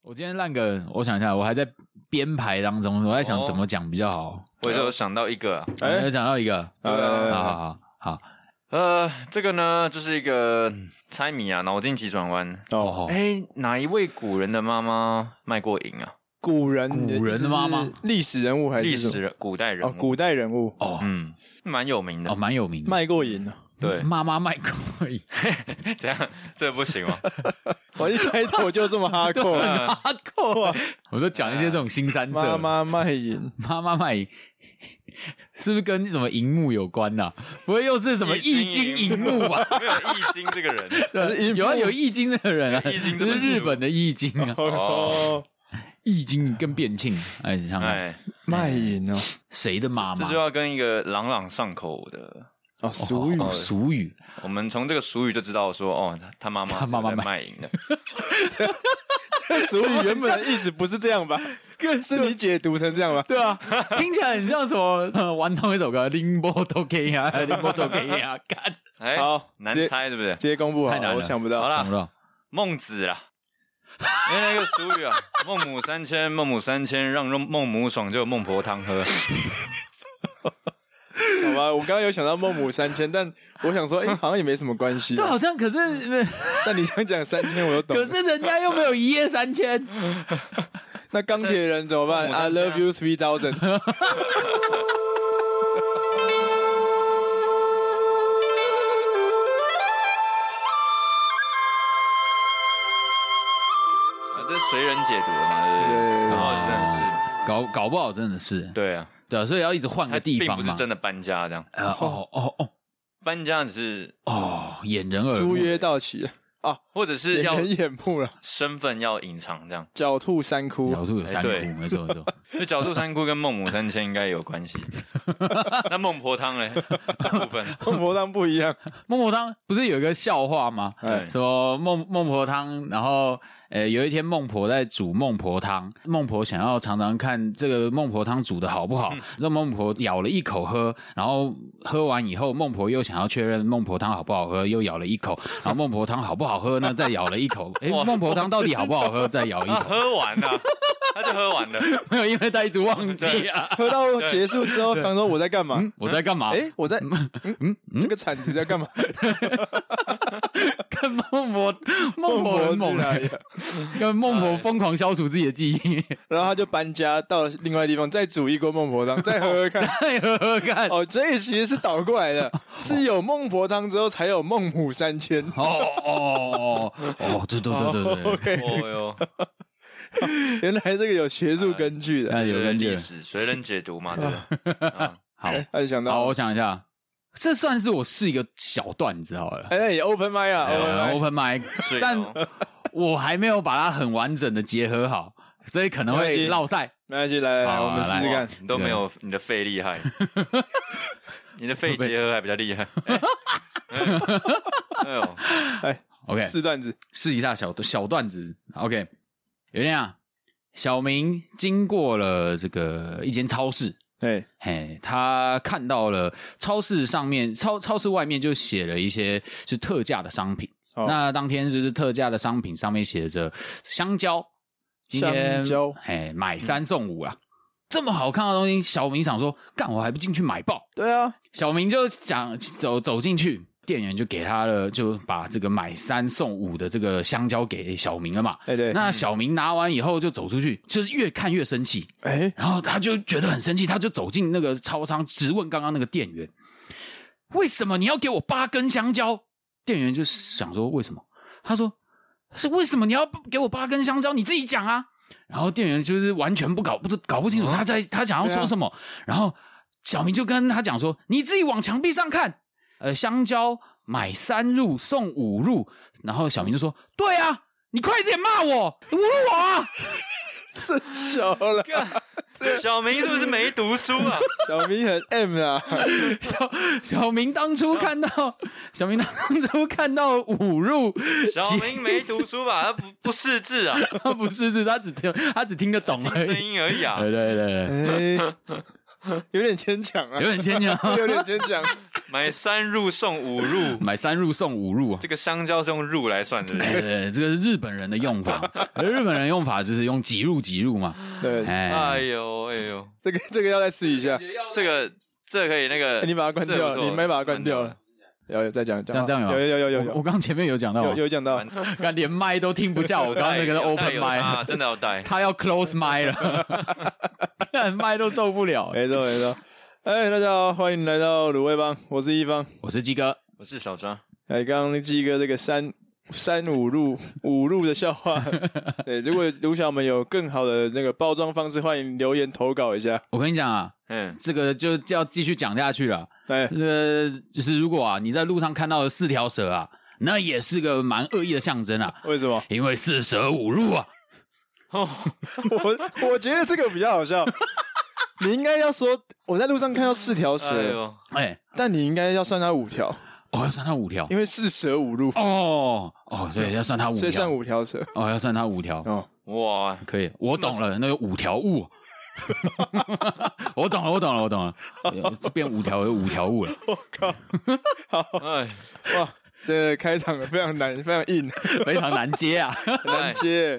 我今天烂梗，我想一下，我还在编排当中，我在哦想怎么讲比较好。我也有想到一个啊、我哎有讲到一个，来来来来好好好好，呃，这个呢就是一个猜谜啊，脑筋急转弯。哦，哎、哪一位古人的妈妈卖过淫啊？古人古人的妈妈，历史人物哎还历是什么史人古代人物、哦，古代人物哦嗯，蛮有名的。哦，嗯蛮有名的。卖过淫啊！对，妈妈卖过瘾，怎样？这不行哦 呃吗？我一开头就这么哈扣，啊够啊！我都讲一些这种新三色妈的，妈卖淫，妈妈卖淫，是不是跟什么荧幕有关呐、不会又是 什么易易经啊经啊荧幕 吧？没有易经这个人。 可是对，荧幕有啊，有易经的人啊，有易经就这是本书日本的易经 啊，哦哦，易经跟变庆，哎，想看哎，卖淫哦，谁的妈哦这妈就？要跟一个朗朗上口的。哦，俗语哦俗 语，我们从这个俗语就知道说，哦，他他妈妈他妈妈是在卖 卖淫的。 俗语原本的意思不是这样吧？是你解读成这样吧？对啊，听起来很像什么呃玩同一首歌，林波都可以啊，林波都可以啊，干，哎，好难直接猜是不是？直接公布好太难了，了我想不好到。懂啦，了。孟子啦，因为那个俗语啊，孟母三迁，孟母三迁，让孟孟母爽，就有孟婆汤喝。啊好吧，我刚刚有想到孟母三迁，但我想说，哎，好像也没什么关系对，啊。好像可是呃但你想讲三千，我就懂可了。是人家又没有一夜三千，那钢铁人怎么办孟母？I 三迁 love you three thousand。啊，这随人解读了嘛，对不对对对对？然后真的是，搞搞不好真的是对啊，对啊，所以要一直换他个地并不方是嘛。真的搬家这样，呃哦哦哦搬家只是哦，掩人耳租目。约到期了，或者是演要员演不了，身份要隐藏这样。狡兔三窟。小兔有三窟，哎对没错没 错。就狡兔三窟跟孟母三迁应该有关系。那孟婆汤嘞这部分，孟婆汤不一 样，孟婆汤不是有一个笑话吗？哎说孟孟婆汤，然后呃，有一天孟婆在煮孟婆汤，孟婆想要尝尝看这个孟婆汤煮的好不好，嗯让孟婆咬了一口喝，然后喝完以后，孟婆又想要确认孟婆汤好不好喝，又咬了一 口，然后孟婆汤好不好喝呢？再咬了一口，诶，哇孟婆汤到底好不好喝？再咬一他口，喝完了，他就喝完了。没有，因为他一直忘记 啊，喝到结束之后，房东我在干嘛？我在干嘛？哎，我在，嗯，这个铲子在 干嘛？跟孟婆孟婆婆很去猛哪啊，里哎了？跟孟婆疯狂消除自己的记忆。 然后他就搬家到了另外地方，再煮一锅孟婆汤， 再喝喝看。太喝喝看哦哦，所以其实是倒过来的， 是有孟婆汤之后才有孟母三迁。哦哦哦，对对对对对， OK，哦哟，原来这个有学术根据的。那有对人历解史随人解读嘛，对不对？啊好他就想好，到我，想一下，这算是我是一个小段子好了呃哎，那也 open m i 啊哎 open mic， ，open mic，所以但哦我还没有把它很完整的结合好，所以可能会落赛。没关系，来来来，好我们试试哇看。你都没有你的肺厉害，你的肺结合还比较厉害。哎哎呦， OK，试段子，试一下小小段子。OK，有点啊，小明经过了这个一间超市，哎，嘿，他看到了超市上面超超市外面就写了一些是特价的商品。哦那当天就是特价的商品上面写着香蕉，今天香蕉嗯嘿买三送五啊，这么好看的东西，小明想说，干我还不进去买爆？对啊，小明就想走走进去，店员就给他了，就把这个买三送五的这个香蕉给小明了嘛。哎对，那小明拿完以后就走出去，就是越看越生气， 哎，然后他就觉得很生气，他就走进那个超商，直问刚刚那个店员：“为什么你要给我八根香蕉？”店员就想说：“为什么？”他说：“是为什么你要给我八根香蕉？你自己讲啊！”然后店员就是完全不搞不搞不清楚他在他想要说什么，然后小明就跟他讲说：“你自己往墙壁上看，呃，香蕉买三入送五入。”然后小明就说：“对啊，你快点骂我，侮辱我啊！”是小了，小明是不是没读书啊？小明很 M 啊，小小明当初看到，小明当初看到五入，小明没读书吧？他不不识字啊， 他不是字，他只听他只听得懂听而声已。音而已哎啊。对对对，哎，有点牵强啊有，点牵强。有点牵强，买三入送五入，买三入送五入啊。这个香蕉是用入来算的，对对对，这个是日本人的用法，而日本人用法就是用几入几入嘛。对，哎哎，呦哎呦，这个这个要再试一下。这个这可以那个哎，你把它关这掉，不错你没把它关掉了。。有有再讲，这样这样有吗有有有有我我有刚前面有讲到有啊，有讲到完，看连麦都听不 下，我刚刚那个是有带 open 有麦啊，，真的 要带。他要 close 麦了，看麦都受不了。没错没错。哎，大家好，欢迎来到卤味帮，我是一方。我是鸡哥，我是小张，哎，刚刚记一个这个三三五路五路的笑话。对，如果卢小们有更好的那个包装方式，欢迎留言投稿一下。我跟你讲啊，嗯，这个就就要继续讲下去了。哎，这个就是如果啊你在路上看到的四条蛇啊，那也是个蛮恶意的象征 啊，为什么？因为四舍五入啊。哦， 我我觉得这个比较 好笑。你应该要说我在路上看到四条哎蛇，呦，哎，但你应该要算它五条，我、要算它五条因为四蛇五路，哦哦，所以要算它五所以条算，五条蛇。哦要算它五条，哦，哇，可以，我懂了，那个五条悟。 我懂了，我懂了，我懂了，哎变五条有五条悟了，我靠，哎，哇，这个开场非常难，非常 硬，非常难接 啊！很难接，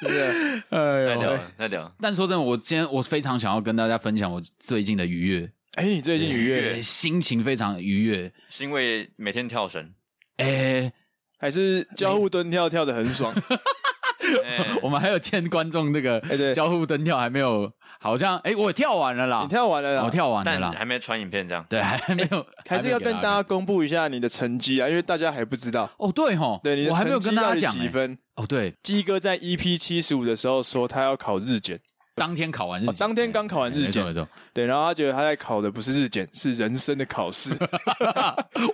是不是？哎哎太屌呦，了，太屌了，但说真的，我今天我非常想要跟大家分享我最近的愉悦，哎，你最近愉悦对心情非常愉悦。是因为每天跳绳， 哎、还是交互蹲跳跳的很爽？ 哎，我们还有欠观众这个哎对交互灯跳还没有，好像哎、我跳完了啦你，跳完了我啦，跳完了但啦，还没传影片这样。对，还没有， 还是要跟大还没有给家公布一下你的成绩啊，因为大家还不知道。哦，对吼，对，你的我还没有成跟绩大到家底讲、几哎分？哦，对，鸡哥在 EP 七十五的时候说他要考日检，当天考完日哦检、当天刚考完日没错检没， 错，对，然后他觉得他在考的不是日检，是人生的考试，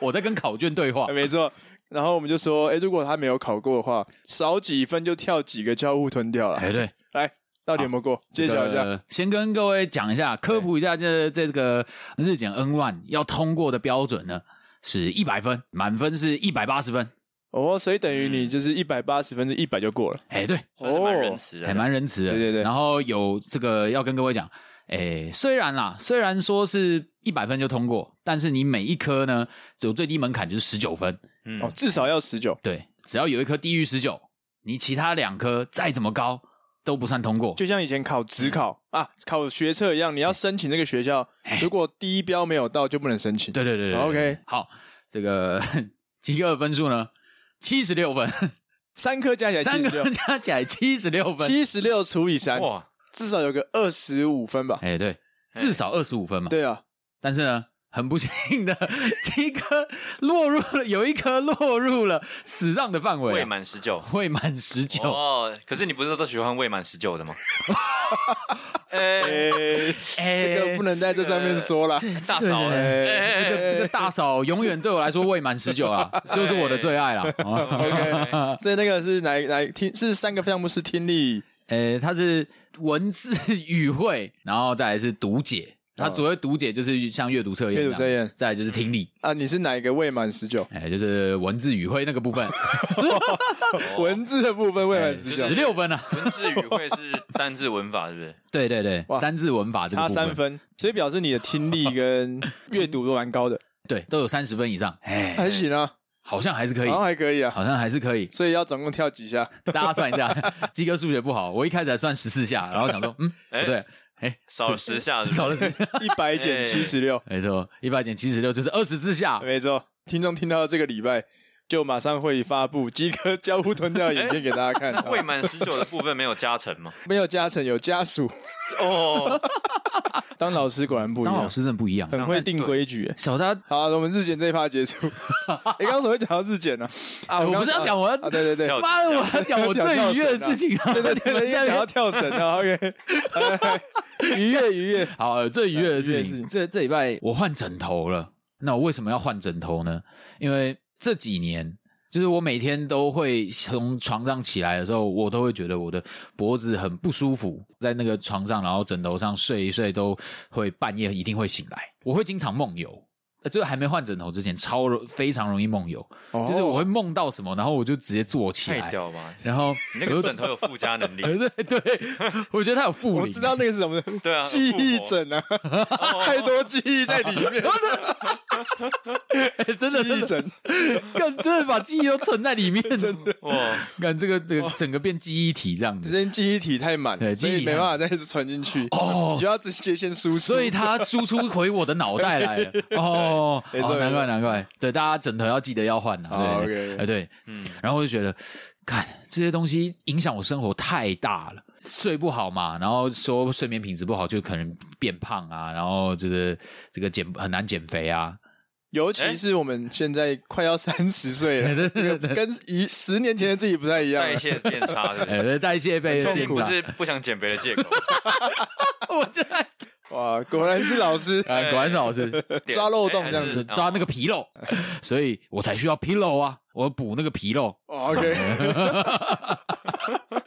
我在跟考卷对话哎，没错。然后我们就说，哎，如果他没有考过的话，少几分就跳几个交互蹲跳哎、了。对，呃来，到底有没有过？揭晓一这下。个先跟各位讲一下，科普一下这这个日检 N one 要通过的标准呢是一百分，满分是一百八十分，哦，所以等于你就是一百八十分之一百就过了。哎、对。算是蛮哦仁慈的，还蛮仁慈的。对对对然后有这个要跟各位讲，诶，虽然啦，虽然说是一百分就通过，但是你每一科呢，有最低门槛就是十九分，嗯哦，至少要十九。对，只要有一科低于十九，你其他两科再怎么高都不算通过。就像以前考职考啊、考学测一样，你要申请这个学校，如果第一标没有到就不能申请。对对对对对 OK 好，这个 及格分数呢，七十六分，三科加起来三哎七十个六，加起来七十六分，七十六除以哦三，哇，至少有个二十五分吧？哎，对，至少二十五分嘛。对啊，但是呢，很不幸的，七科落入了，有一科落入了死让的范围啊、未满十九。未满十九，哦，可是你不是都喜欢未满十九 的吗？哎，哎，哎这个不能在这上面说啦。这大嫂这哎个这个这个大嫂永远对我来说未满十九 啊，就是我的最爱啦。 哎哦 OK，所 以那个是哪一哪一听是三个项目是听力呃，他是文字语汇，然后再来是读解。他所谓读解就是像阅读测验这样，哦阅读测验再来就是听力，啊？你是哪一个未满十九？哎，就是文字语汇那个部分，哦文字的部分未满 十十九，六分啊，文字语会是单字文法，是不是？对对对哇，单字文法这个差部分三，分，所以表示你的听力跟阅读都蛮高的，对，都有三十分以上， 哎，还行啊，好像还是可以好，像还可以啊。好像还是可以， 所以要总共跳几下？大家算一下， 鸡哥数学不好，我一开始还算十四下，然后想说，嗯，哎不对，哎，少是十下，是少不了是？十 四，一百哎减七十六，没错，一百减七十六就是二十四下，没错。听众听到这个礼拜就马上会发布鸡哥交互吞掉影片给大家哎看。未满十九的部分没有加 成吗？没有加成，有家属。哦，当老师果然不一当老样，师真的不一样。很会定规矩。欸小扎，好，我们日检这一趴 结束。你刚刚怎么会讲到日检呢？啊，我刚不是要讲我要啊，对对对，跳妈的，我要讲我最愉悦的事情啊！对对 对对，你要们在讲那到边跳绳 啊。OK，来来来愉悦愉悦，好，呃最愉悦的愉悦事的事情，情这这礼拜我换枕头了。那我为什么要换枕头呢？因为这几年。就是我每天都会从床上起来的时候，我都会觉得我的脖子很不舒服，在那个床上，然后枕头上睡一睡，都会半夜一定会醒来，我会经常梦游。呃就是还没换枕头之前，超容非常容易梦游，哦就是我会梦到什么，然后我就直接坐起太来，屌了吧！然后你那个枕头有附加能力， 对对，我觉得他有附我灵，知道那个是什么对啊，记忆有附魔，枕啊，哦太多记忆在里面，真的记忆， 枕，干真的把记忆都存在 里面，真的，哇，干这个哦这个整个变记忆体这样之子，前记忆体太满对，所记忆以体没办法再传进去，哦你就要直接先输出，所以它输出回我的脑袋来 了，哦，没错哦难没怪错难怪，对，大家枕头要记得要换啊，哦对， OK 哎对，嗯，然后我就觉得，看这些东西影响我生活太大了，睡不好嘛，然后说睡眠品质不好，就可能变胖啊，然后就是这个减很难减肥 啊，尤其是我们现在快要三十岁 了， 跟一十年前的自己不太一样代了。谢变差，对不对？呃，代谢被这变不差，是不想减肥的借口， 我真的哇，果然是老师啊，果然是老师点抓漏洞这哎样 是子。抓那个皮肉，所以我才需要皮肉啊，我补那个皮肉。哦 OK，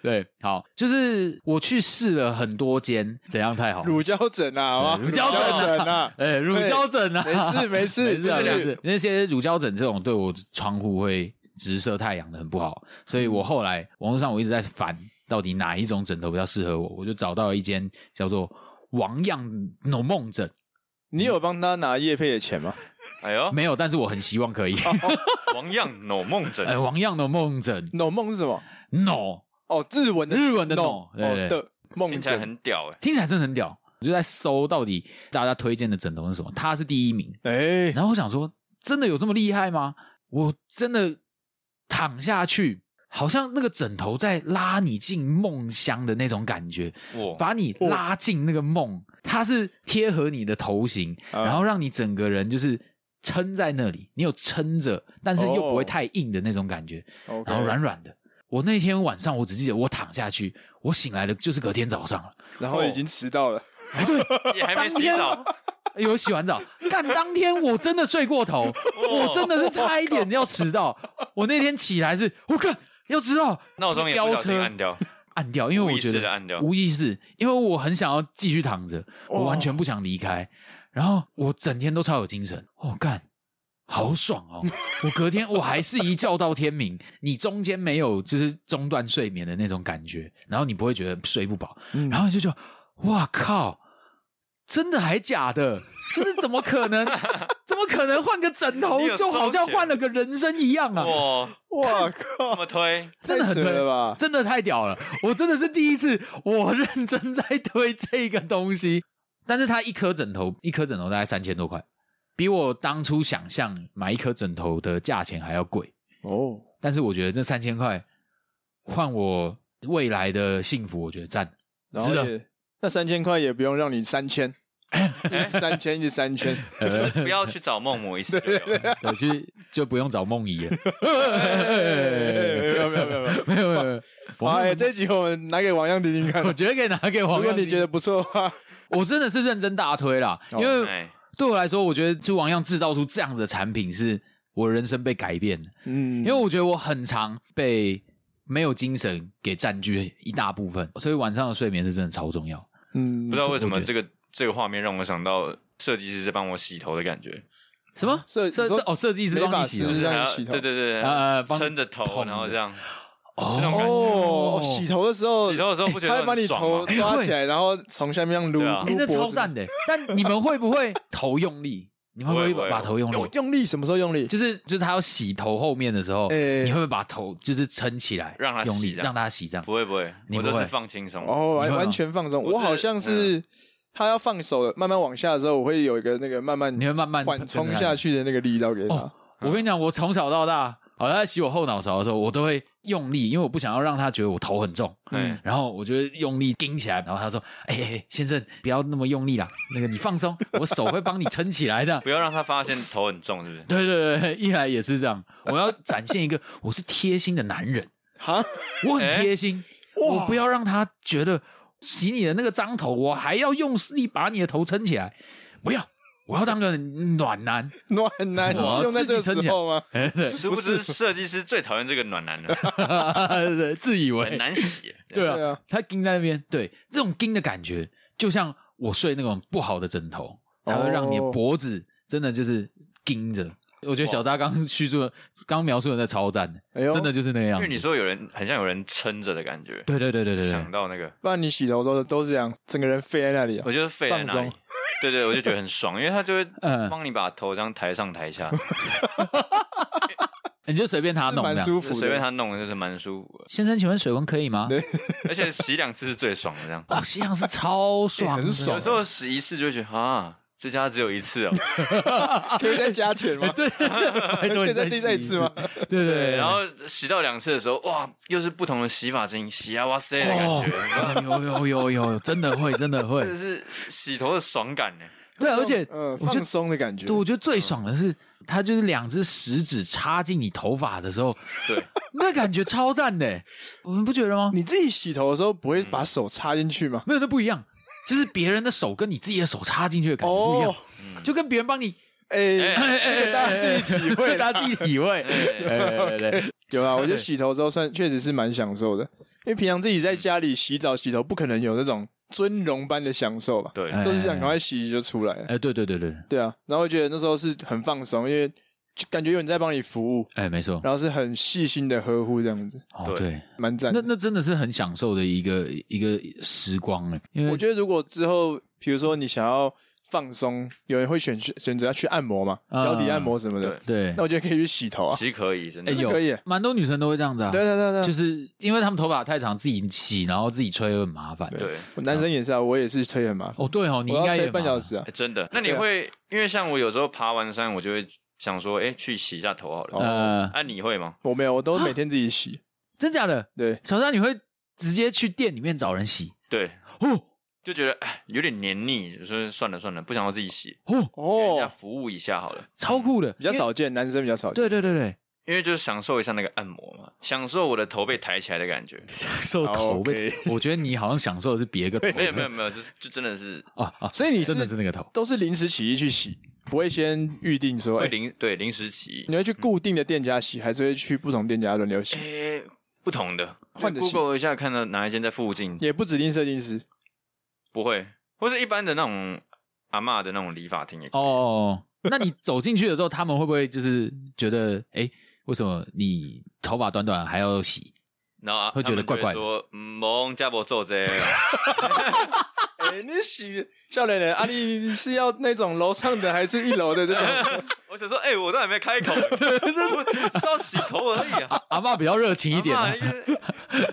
对，好，就是我去试了很多间，怎样太好？ 乳胶枕啊，好吧乳胶枕啊 乳胶枕啊，呃，乳胶枕啊，没事没事没事啊，就没是事。那些乳胶枕这种对我窗户会直射太阳的很不好，所以嗯我后来网络上我一直在翻，到底哪一种枕头比较适合我，我就找到了一间叫做王样浓梦枕，你有帮他拿叶配的钱 吗？哎呦，没有，但是我很希望可以。哦王样脑梦 枕哎，王样的梦枕脑梦是什么？ ，no，哦，日文的日文的 no， no，对哦对的梦听起来枕。很屌哎，听起来真的很屌。我就在搜到底大家推荐的枕头是什么，它是第一名。哎，然后我想说，真的有这么厉害吗？我真的躺下去，好像那个枕头在拉你进梦乡的那种感觉，哦哇，把你拉进那个梦。它是贴合你的头型，啊然后让你整个人就是撑在那里，你有撑着，但是又不会哦太硬的那种感觉， OK 然后软软的。我那天晚上，我只记得我躺下去，我醒来了就是隔天早上了。然后已经迟到了。也还没当洗天澡，有哎洗完澡，干当天我真的睡过头，我真的是差一点要迟 到。我那天起来是，我看要迟到，闹钟也不飙小心车按掉，按掉，因为无我意觉识得地按掉无意识，因为我很想要继续躺着，我哦完全不想离开。然后我整天都超有精神，哦，干，好爽哦！我隔天我还是一觉到天明，你中间没有就是中断睡眠的那种感觉，然后你不会觉得睡不饱，嗯然后你就觉得，哇靠！真的还假的？就是怎么可 能？怎么可能换个枕头你有就好像松懈换了个人生一样啊？哇，哇这 靠！么推，真的很太扯推了吧真的太屌了！我真的是第一次，我认真在推这个东西。但是它一颗枕头，一颗枕头大概三千多块，比我当初想象买一颗枕头的价钱还要贵。哦，但是我觉得这三千块换我未来的幸福，我觉得赞。然后值得也那三千块也不用让你三 千，一直三千一直三千，呃，不要去找梦魔一次就有了，我去就不用找梦怡了。 哎没有没有没有没有没有没有没有，哇，王哎，这一集我们拿给王样婷婷看 我，觉得可以拿给如王果样。你觉得不错的话，我真的是认真大推啦，因哦为哎，对我来说，我觉得就王样制造出这样的产品，是我人生被改变的。嗯因为我觉得我很常被没有精神给占据一大部分，所以晚上的睡眠是真的超重要。嗯不知道为什我么觉得这个这个画面让我想到设计师在帮我洗头的感觉，什么设设啊你设说哦，设计师美帮发你洗师头就是让还你要洗头对对对，呃帮撑着头，捧着然后 这样，哦这种感觉哦，洗头的时候，洗头的时候不觉得他会把很你爽头 吗？啊抓起来，然后从下面这样撸对啊哎，撸那脖超子。赞的。但你们会不会头用力？你们会不不会会把不会头用力用？用力什么时候用力？就是就是他要洗头后面的时候，哎你会不会把头就是撑起来，让他洗用力这样让他洗这样？不会不会，你我不都会是放轻松。哦，你会啊完吗完全放松。我是嗯我好像是他要放手了，慢慢往下的时候，我会有一个那个慢慢你会慢慢缓冲下去的那个力道给哦他。我跟你讲，我从小到大，好像在洗我后脑勺的时候，我都会用力，因为我不想要让他觉得我头很重。嗯，然后我就会用力顶起来，然后他说：“哎、哎、哎先生，不要那么用力啦，那个你放松，我手会帮你撑起来的。不要让他发现头很重，是不是”？对对对，一来也是这样，我要展现一个我是贴心的男人，哈， 我很贴心，哇我不要让他觉得洗你的那个脏头，我还要用力把你的头撑起来，不要，我要当个暖男。 暖男哇是用在这个自己撑起时来候吗？哎对殊不知设计师最讨厌这个暖男了，对，自以为很难洗。对对啊啊，他盯在那边，对这种盯的感觉，就像我睡那种不好的枕头，它会让你的哦脖子真的就是盯着。我觉得小扎刚叙述的、刚描述的那超赞的，哎呦，真的，就是那样因为你子。说有人很像有人撑着的感觉，对对对对对对想，到那个，不然你洗头都都是这样，整个人废在那里啊我。就是废在放那里松，对对，我就觉得很爽，因为他就会嗯，帮你把头这样抬上抬下，你就随便他是弄这蛮样。舒服的，随便他弄的就是蛮舒服的，先生，请问水温可以吗？对而且洗两次是最爽的这 样。哦，西洋是超爽的，哎很爽有时候洗一次就会觉得啊，这家只有一次哦，啊可以再加钱吗？ 对，拜托可你以再洗第再一次吗？？对对，对，然后洗到两次的时候，哇，又是不同的洗发精，洗啊哇塞的感哦觉，，有有有有，真的会，真的这会，是洗头的爽感呢。对，而且嗯，我觉放得，松的感觉对，，我觉得最爽的是，它就是两只食指插进你头发的时候， 对，那感觉超赞的，我们不觉得吗？你自己洗头的时候不会把手插进去吗？没有，那不一样，就是别人的手跟你自己的手插进去的感觉不一样哦，，就跟别人帮你，哎，哎大家自己体会啦大家自己体会，对对对对，有啊，我觉得洗头之后算确实是蛮享受的，因为平常自己在家里洗澡洗头，不可能有那种尊荣般的享受吧？对，哎都是想赶快洗洗就出来了。哎，对对对对，对啊，然后我觉得那时候是很放松，因为就感觉有人在帮你服务，哎，没错，然后是很细心的呵护这样子，哦对对，蛮赞那的。那真的是很享受的一个一个时光了，因为我觉得如果之后，比如说你想要放松，有人会选选择要去按摩嘛，啊脚底按摩什么的对，对那，我觉得可以去洗头啊。其实可以，真的哎。有可以耶蛮多女生都会这样子啊，对对对对，就是因为她们头发太长，自己洗然后自己吹很麻烦。对，我男生也是啊，我也是吹很麻烦，哦，对哦，你我应要该也吹半麻小烦。时啊哎。真的。那你对啊会因为像我有时候爬完山，我就会想说，哎，去洗一下头好了。呃，哦啊，你会吗？我没有，我都每天自己洗。真假的？对，小三，你会直接去店里面找人洗？对，哦就觉得哎有点黏腻，就说算了算了，不想要自己洗，哦，给人家哦，服务一下好了。超酷的，比较少见，男生比较少因为。见。对对对对，因为就是享受一下那个按摩嘛，享受我的头被抬起来的感觉。享 哦受头被。我觉得你好像享受的是别个头。没有没有没有，就是就真的是啊啊！所以你是真的是那个头。都是临时起意去洗，不会先预定说，会哎，临对临时起意你会去固定的店家洗，还是会去不同店家轮流洗？诶、不同的，换着洗 Google 一下，看到哪一间在附近，也不指定设计师，不会，或是一般的那种阿嬷的那种理发厅也可以。哦， 那你走进去的时候，他们会不会就是觉得，哎，为什么你头发短短还要洗？然后啊会觉得怪怪的他们就会说嗯蒙加伯做这个， 哎、你洗笑脸人，阿、啊、丽是要那种楼上的还是一楼的这种？我想说，哎、我都还没开 口， 我是要洗头而已啊。阿妈比较热情一点啊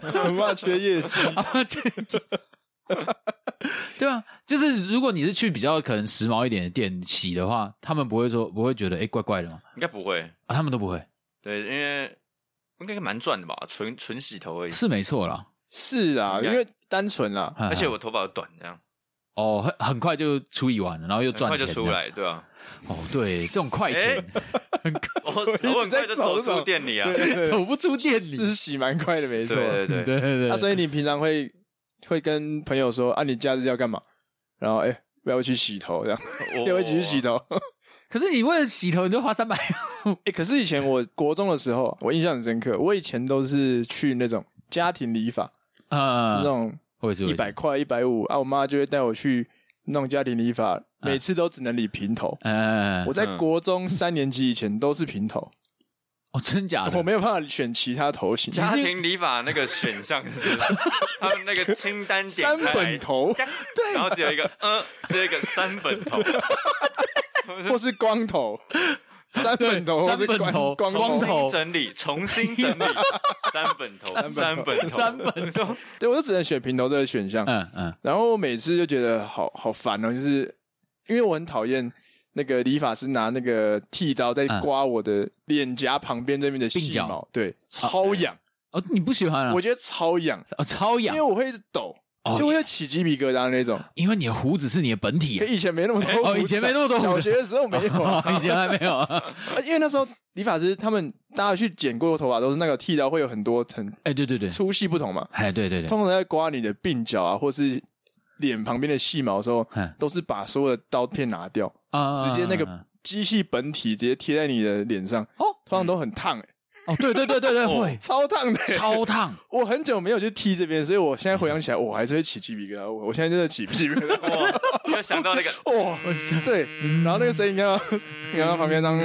阿嬷就是很怕缺业 绩。啊，这这 对啊，就是如果你是去比较可能时髦一点的店洗的话，他们不会说不会觉得哎、诶怪怪的吗？应该不会，啊，他们都不会，对，因为应该蛮赚的吧，纯纯洗头而已。是啊没错啦。是啊，应因该为单纯啊啦，而而且我头发短，这样哦，很很快就处理完了，然后又很赚快钱就的出来，对啊，哦，对，这种快钱、我直我很快就在找走这种出店里啊对。对 对，走不出店里。是洗蛮快的，没错。对对 对对对，对，啊那、所以你平常会会跟朋友说啊，你假日要干嘛？然后哎、要不要去洗头？这样哦我要不要一起去洗 头？哎、可是你为了洗头你就花三百， 可是以前我国中的时候，我印象很深刻，我以前都是去那种家庭理发，那嗯，种我也是，我一也百是，块、一百五啊，我妈就会带我去弄家庭理发，每次都只能理平头。啊嗯，我在嗯国中三年级以前都是平头，哦，真假的，我没有办法选其他头型，家庭理发那个选项是不是，他们那个清单点三开来本，头对，然后只有一个，嗯，只有一个三本头，或是光头，三本头或三是本头光光光头，头重新整理，重新整理，三本头，三三本本头，三本头，对我就只能选平头这个选项。嗯嗯，然后我每次就觉得好好烦哦，就是因为我很讨厌那个理发师拿那个剃刀在刮我的脸颊旁边这边的嗯鬓细角啊毛，对，超痒，哦，你不喜欢啊我？觉得超痒，哦，超因痒为，我会一直抖哦，就会有起鸡皮疙瘩那种。因为你的胡子是你的本体可啊，以前没那么多，哦以前没那么多胡子哦小学的时候没有啊，以前还没有啊，啊因为那时候理发师他们大家去剪过头发都是那个剃刀会有很多层哎，对对对，粗细不同嘛，哎，对对对，通常在刮你的鬓角啊，或是脸旁边的细毛的时候嗯，都是把所有的刀片拿掉，啊直接那啊啊啊个机器本体直接贴在你的脸上，哦通常都很烫欸，哦，对对对对对，哦会超烫的。欸超烫， 我很久没有去踢这边，所以我现在回想起来，我还是会起鸡皮疙瘩。我我现在真的起鸡皮疙 瘩。哇，又想到那个，哇，对，然后那个声音，你看到，你看到旁边当，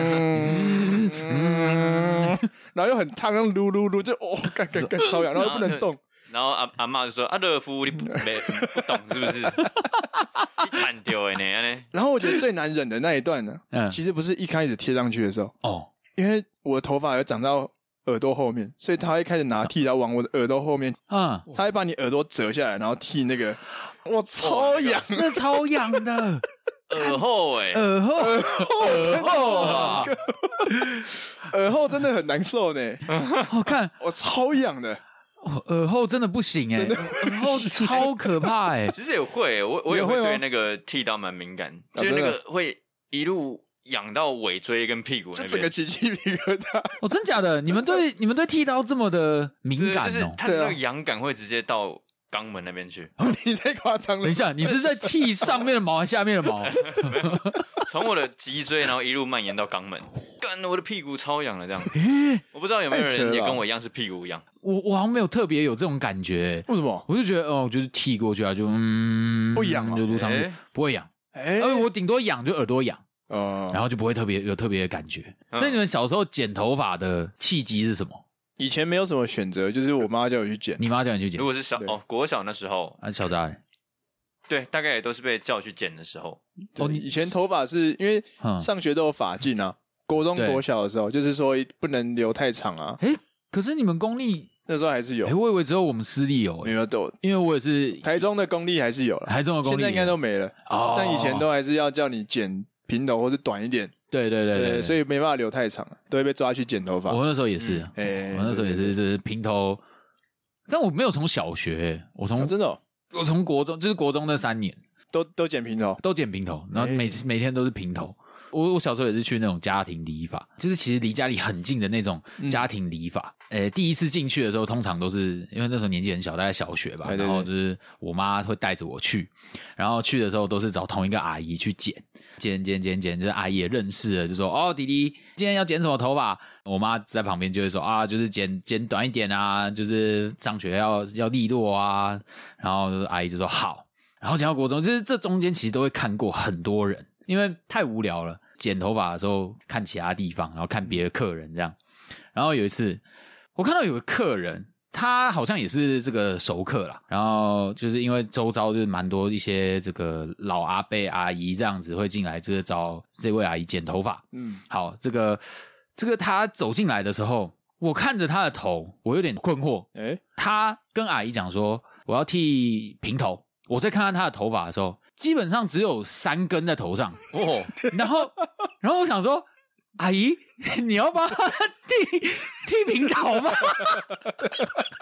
嗯然后又很烫，然后噜噜噜，就哦，干干嗯干，超痒，然后又不能动，然后阿阿妈就说：“阿啊乐夫，你不没不懂是 不是？你看丢哎呢呢，然后我觉得最难忍的那一段呢，嗯，其实不是一开始贴上去的时候，哦，因为我的头发有长到耳朵后面，所以他会开始拿剃刀往我的耳朵后面，啊，他会把你耳朵折下来，然后剃那个，我超痒，那超痒的，耳后哎，耳后，真耳的后哇啊，耳后真的很难受呢，我看我超痒的。哦耳后真的不行哎，耳后超可怕哎，其实也会，欸我我也也会会吗对那个剃刀蛮敏感，啊就是那真的个会一路痒到尾椎跟屁股就那整个边。起鸡皮疙瘩，哦，真假的？你们对你们对剃刀这么的敏对感就是哦？它那对啊个痒感会直接到肛门那边去，你太夸张了等一。下，你是在剃上面的毛还是下面的毛？从我的脊椎然后一路蔓延到肛门，干我的屁股超痒 了这样。诶，我不知道有没有太扯了人吧也跟我一样是屁股痒，我我好像没有特别有这种感觉欸，为什么？我就觉得哦，就是剃过去啊，就嗯，不痒哦就撸上去诶不会痒，哎因为我顶多痒就耳朵痒。哦然后就不会特别有特别的感觉。嗯所以你们小时候剪头发的契机是什么？以前没有什么选择，就是我妈叫我去剪。你妈叫你去剪如，果是小对哦国小那时候，啊，小扎嘞，对，大概也都是被叫去剪的时候。哦对你以前头发是因为嗯，上学都有发禁啊，国中对国小的时候，就是说不能留太长啊，可是你们公立，那时候还是有哎，，我以为只有我们私立有，没诶有都因为我也是台中的公立还是有了，台中的公立，现在应该都没了，哦，但以前都还是要叫你剪平头或是短一点，对对对对，对，呃所以以没办法留太长，都会被抓去剪头发。我那时候也是，啊哎我那时候也对对是就是平头，但我没有从小学，诶我对从啊真的哦我从国中就是国中那三年都都剪平头，都剪平头，然后哎每次每天都是平头。我我小时候也是去那种家庭理发，就是其实离家里很近的那种嗯家庭理发。呃、第一次进去的时候，通常都是因为那时候年纪很小，大概小学吧，哎对然后就是我妈会带着我去，然后去的时候都是找同一个阿姨去剪，剪剪剪剪，就是阿姨也认识了，就说哦，弟弟今天要剪什么头发？我妈在旁边就会说啊，就是剪剪短一点啊，就是上学要要利落啊，然后就是阿姨就说好，然后讲到国中，就是这中间其实都会看过很多人，因为太无聊了，剪头发的时候看其他地方，然后看别的客人这样。然后有一次，我看到有个客人，他好像也是这个熟客啦，然后就是因为周遭就是蛮多一些这个老阿伯阿姨这样子会进来，就是找这位阿姨剪头发。嗯，好，这个这个他走进来的时候，我看着他的头，我有点困惑，哎，他跟阿姨讲说我要剃平头。我在看看他的头发的时候，基本上只有三根在头上。哦，然后， 然后我想说，阿姨， 你要帮他剃 剃平头吗？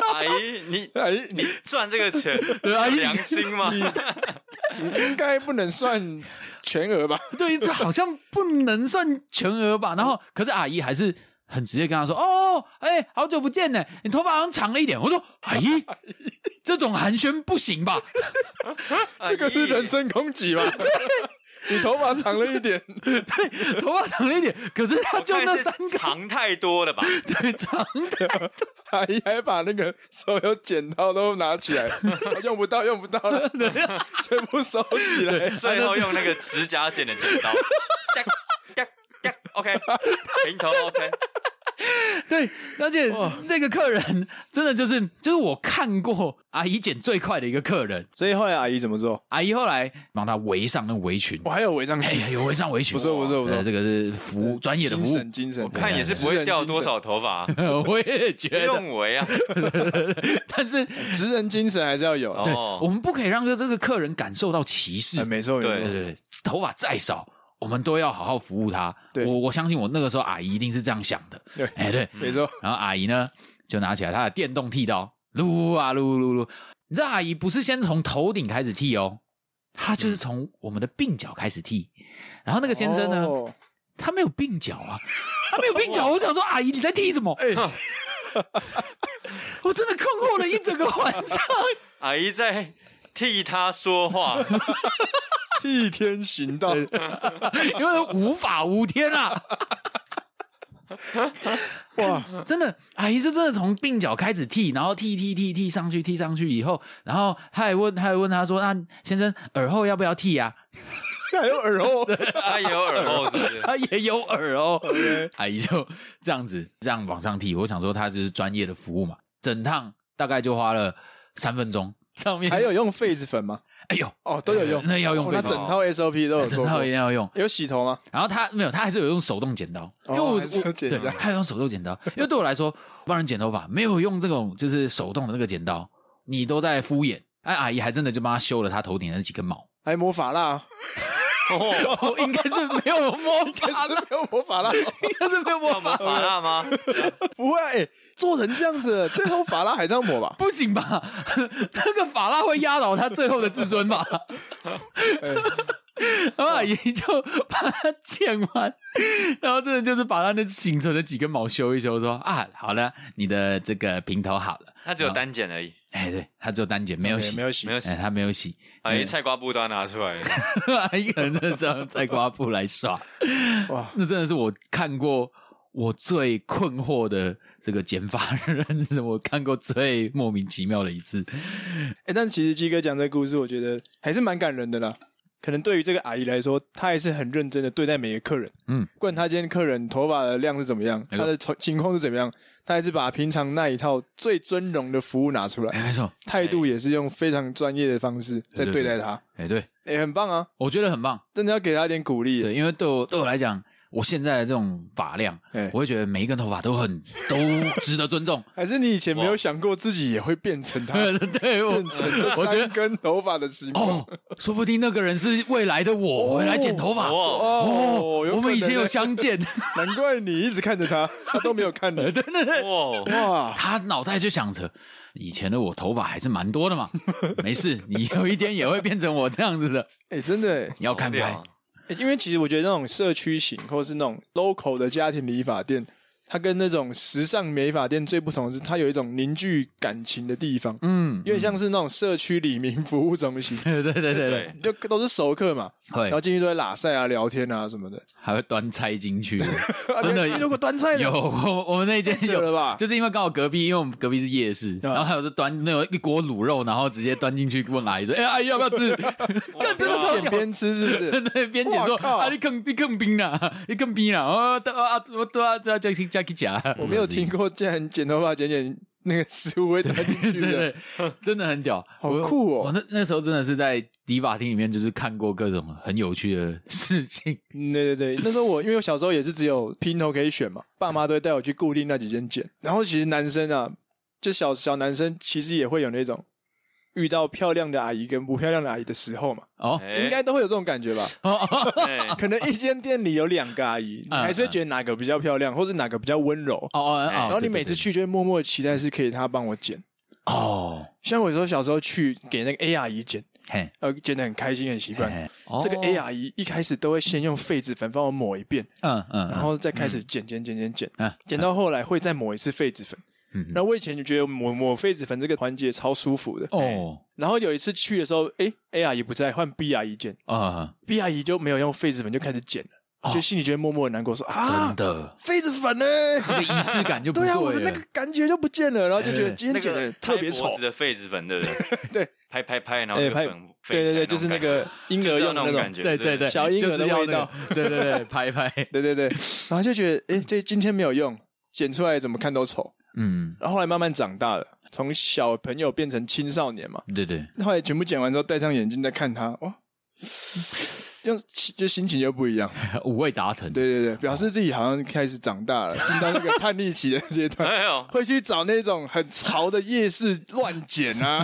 阿姨，你哎，你你 赚这个钱， 对阿姨良心吗？ 你应该不能算全额 吧？对，这好像不能算全额吧。然后，可是阿姨还是很直接跟他说：“哦，哎、好久不见呢，你头发好像长了一点。”我说：“阿姨，这种寒暄不行吧？” 这个是阿姨人身攻击吧？ 你头发长了一点，头发长了一点，可是他我就看那是三根， 长太多了吧？对，长阿姨还把那个所有剪刀都拿起 来，用不到，用不到 了，全部收起来。最后用那个指甲剪的剪刀， 哒哒哒，OK，平 头 OK，对，而且这个客人真的就是就是我看过阿姨剪最快的一个客人，所以后来阿姨怎么做？阿姨后来帮他围上那个围裙我，还有围上哎呀，去，有围上围裙，不错不错不错呃这个是服务专业的服精务神，精神，我看也是不会掉多少头啊 发，我也觉不得，用围啊。 但是职人精神还是要有啊。对，我哦，们不可以让这个客人感受到歧视 哎，没错没对对错，对对，头发再少，我们都要好好服务他。对我我相信我那个时候阿姨一定是这样想的。对哎对，没错。然后阿姨呢就拿起来她的电动剃刀，撸啊撸撸撸。你知道阿姨不是先从头顶开始剃哦，她嗯就是从我们的鬓角开始剃。然后那个先生呢，哦他没有鬓角啊，他没有鬓 角。我想说，阿姨你在剃什么？哎， 我真的困惑了一整个晚上。阿姨在替他说话，替天行道，因为无法无天啊。哇， 真的，阿姨是真的从鬓角开始剃，然后剃剃剃剃上去，剃上去以后，然后他还问，他还问他说：“那先生耳后要不要剃啊 还有耳后，他也有耳后是不？” 是？他啊也有耳哦 OK 阿姨就这样子这样往上剃。我想说，他就是专业的服务嘛，整趟大概就花了三分钟。上面还有用痱子粉吗？哎呦，哦，都有用，那要用哦痱那子整粉套 SOP 都有整做套过一。定要用。有洗头吗？然后他没有，他还是有用手动剪刀，因哦为我还是有我剪对刀还有用手动剪刀， 因为对我来说，帮人剪头发没有用这种就是手动的那个剪刀，你都在敷衍。哎，阿姨还真的就帮他修了他头顶的那几根毛， 还抹发蜡？哦，哦，应该是没有摸可法，是没有 抹发蜡，应该是没有要摸抹法，法蜡吗？不会啊。哎，做人这样子，最后发蜡还这样抹吧？不行吧？那个法拉会压倒他最后的自尊 吧？哎然后阿姨就把它剪完，然后真的就是把他那仅存的几根毛修一修，说啊，好了，你的这个平头好了。他只有单剪而已，哎，对，他只有单剪，没有 OK，洗没，有洗没。有洗哎，。他没有洗，啊，一菜瓜布都要拿出来了， 一个人真的是用菜瓜布来 刷，哇，那真的是我看过我最困惑的这个剪发人， 是我看过最莫名其妙的一次。哎，但其实鸡哥讲这个故事，我觉得还是蛮感人的啦。可能对于这个阿姨来说，她还是很认真的对待每个客人。嗯，不管她今天客人头发的量是怎么样，没错她的情情况是怎么样，她还是把平常那一套最尊荣的服务拿出来，哎，没错，态度也是用非常专业的方式在对待她。哎，对，哎，很棒啊！我觉得很棒。真的要给她一点鼓励。对，因为对我对我来讲，我现在的这种发量，哎我会觉得每一根头发都很都值得尊 重。还是你以前没有想过自己也会变成他 对我，变成这我觉三得根头发的形状？哦，说不定那个人是未来的我，回来剪头发。哦，哦，有我可们以能前有欸，相见，难怪你一直看着他，他都没有 看你。哇，哇，他脑袋就想着，以前的我头发还是蛮多的嘛， 没事，你有一天也会变成我这样子的，哎、真的、欸你要看好开屌。啊欸因为其实我觉得那种社区型或是那种 local 的家庭理发店，它跟那种时尚美发店最不同的是，它有一种凝聚感情的地方，嗯，，因为像是那种社区里民服务中心对对对对，对，就都是熟客嘛，然后会进去都在拉塞啊、聊天啊什么的。啊还会端菜进去，真的如果端菜有的我我们那间太扯有了 吧？就是因为刚好隔壁，因为我们隔壁是夜市，啊然后还有就端那种一锅卤肉，然后直接端进去问阿姨说：“哎、阿姨要不要吃？” 看真的超捡屌。边吃是不是？对，边姐说：“哇靠啊，你更你更冰啦，你更冰啦，哦，对啊，啊我对啊，对啊，加去加去夹。”我没有听过，竟然剪头发剪剪那个食物会带进去对的，对，真的很屌，好我酷哦我那那时候真的是在理发厅里面，就是看过各种很有趣的事情。嗯对对对。那时候我因为我小时候也是只有平头可以选嘛，爸妈都会带我去固定那几间剪。然后其实男生啊，就小小男生其实也会有那种遇到漂亮的阿姨跟不漂亮的阿姨的时候嘛，哦，哎应该都会有这种感觉吧？该可能一间店里有两个阿姨，你嗯还是会觉得哪个比较漂亮，或是哪个比较温柔。哦哦，然然哎然后你每次去就会默默地期待是可以她帮我剪。哦，像我有时候小时候去给那个 A 阿姨剪，嘿，呃，剪得很开心很习惯。嘿哦这个 A，阿姨一开始都会先用痱子粉帮我抹一遍，哦嗯嗯，然后再开始剪剪剪剪剪，嗯剪到后来会再抹一次痱子粉。嗯那我以前就觉得抹抹痱子粉这个环节超舒服的。哦然后有一次去的时候，诶 a 阿姨不在，换 B 阿姨剪啊， ，B 阿姨就没有用痱子粉就开始剪了，就心里觉得默默的难过，说啊哦真，的，痱子粉呢？那个仪式感就不对对啊，我的那了哎个。感觉就不见了，然后就觉得今天那剪的个特别丑拍脖子，的痱子粉，对不对？ 对，拍拍拍，然后哎就拍粉痱子对对对，感就是那感个婴就儿是要用那的那种种感，觉，对对对，小婴儿的就是要味道那个，对对对，拍拍，对对对，然后就觉得诶，这今天没有用，剪出来怎么看都丑。嗯，然后后来慢慢长大了，从小朋友变成青少年嘛，对对，后来全部剪完之后，戴上眼镜再看他，哇，就就心情就不一样。五味杂陈，对对对，表示自己好像开始长大了，进到那个叛逆期的阶 段，哎呦，会去找那种很潮的夜市乱剪 啊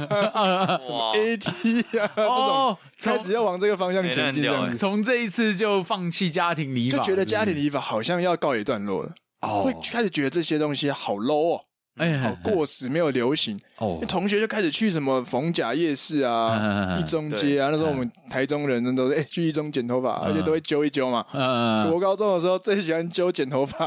哇， ，AT 啊这种，哦，开始要往这个方向前进，这样哎那很屌子从这一次就放弃家庭理就法，觉得家庭理发好像要告一段落了，哦会开始觉得这些东西好 low 哦，哎好过时，没有流行。哦因为，同学就开始去什么逢甲夜市嗯嗯啊、嗯一中街啊。那时候我们台中人那都是哎、去一中剪头嗯发，而且都会揪一揪嘛。呃，我高中的时候最喜欢揪剪头发，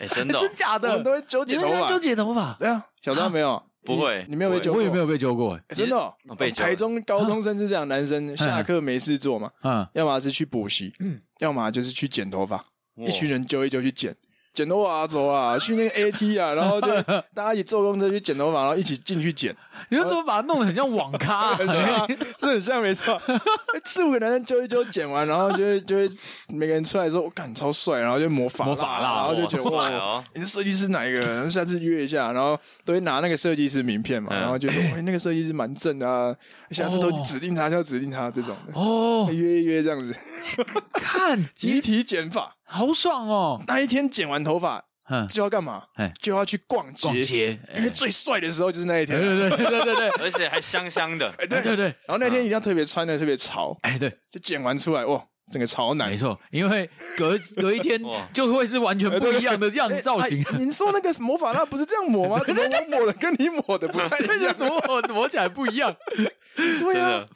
哎，真的哦真假我的们都，会揪嗯你剪们头现在纠发。结头发，对啊，小张没有，不会你没有被揪我过也没有被揪过，哎哎真的哦哦被揪了台中高中生是这样，男生下课没事做嘛，嗯，要么是去补习，要么就是去剪头发，哇一群人揪一揪去剪。剪头发啊走啊，去那个 AT 啊，然后就 大家一起坐公车去剪头发，然后一起进去剪，你们怎么把它弄得很像网咖、啊？很像啊， 是很像没错。 四五个男生揪一揪剪完，然后就会就会每个人出来说：“我干超帅！”然后就模仿模法蜡然后就觉得哇哦哇，你是设计师哪一个？然后下次约一下，然后都会拿那个设计师名片嘛，嗯然后就说：“喂，那个设计师蛮正的啊，下次都哦指定他，就指定他这种的。”哦，约一约这样子， 看，集体剪发。好爽哦！那一天剪完头发嗯，就要干嘛哎？就要去逛逛街，街，因为最帅的时候就是那一对天。啊对对对对对，而且还香香的，哎，对对对对，然后那天一定要特别穿的特别潮，哎对，就剪完出来，哇，整个潮男没。错，因为隔隔一天哇就会是完全不一样的样哎子造型。 啊哎您说那个魔法蜡不是这样 抹吗？怎么我抹的跟你抹的不太这 一个样？怎么我抹起来不一样？ 对真啊的，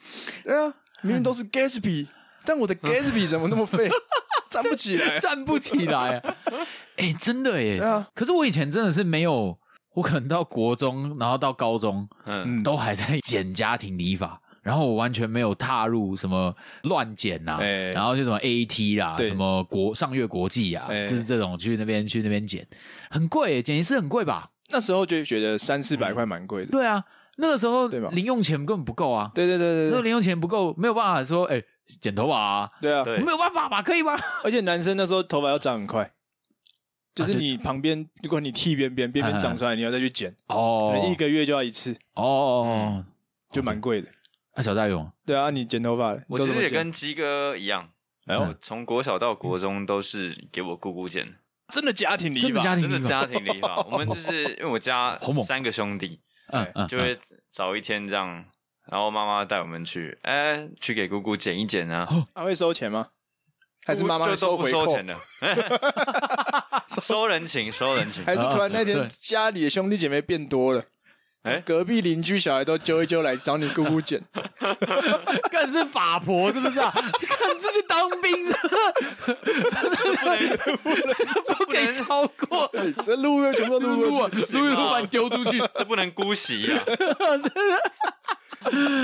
对啊，明明都是 Gatsby，但嗯我的 Gatsby 怎么那 么废，站不起来？站不起来、啊。哎、真的耶、对啊可是我以前真的是没有，我可能到国中，然后到高中，嗯，都还在剪家庭理发，然后我完全没有踏入什么乱剪呐、哎然后就什么 AT 啦，对什么国上月国际啊，哎就是这种去那边去那边剪，很贵耶、剪一次很贵吧？那时候就觉得三四百块蛮贵的。对啊，那个时候对吧零用钱根本不够啊，对对对那对个对，零用钱不够，没有办法说哎、剪头发啊，对啊，对没，有办法吧？可以吗？而且男生那时候头发要长很快，就是啊对你旁边，如果你剃边边，边边长出来，你要再去剪，可哦能一个月就要一次，哦，就蛮贵的。啊，小大勇，对啊，你剪头发，我都其怎实么也剪跟鸡哥一样，哎我呦，从国小到国中都是给我姑姑剪，真的家庭理真的发家，庭真的理发家庭理发。 我们就是因为我家好猛三个兄弟，哎嗯嗯，就会找一天这样，然后妈妈带我们去，哎，去给姑姑剪一剪啊。他会收钱吗？还是姑妈妈就会都不回收扣？钱 的，收人情，收人情。还是突然那啊天对家里的兄弟姐妹变多了， 哎隔壁邻居小孩都揪一揪来找你姑 姑剪， 更嗯是法婆是不是啊？ 看这去当兵，不能给超过，哎这路又全部都路撸过啊去。撸一撸把你丢出去，这不能姑息 呀、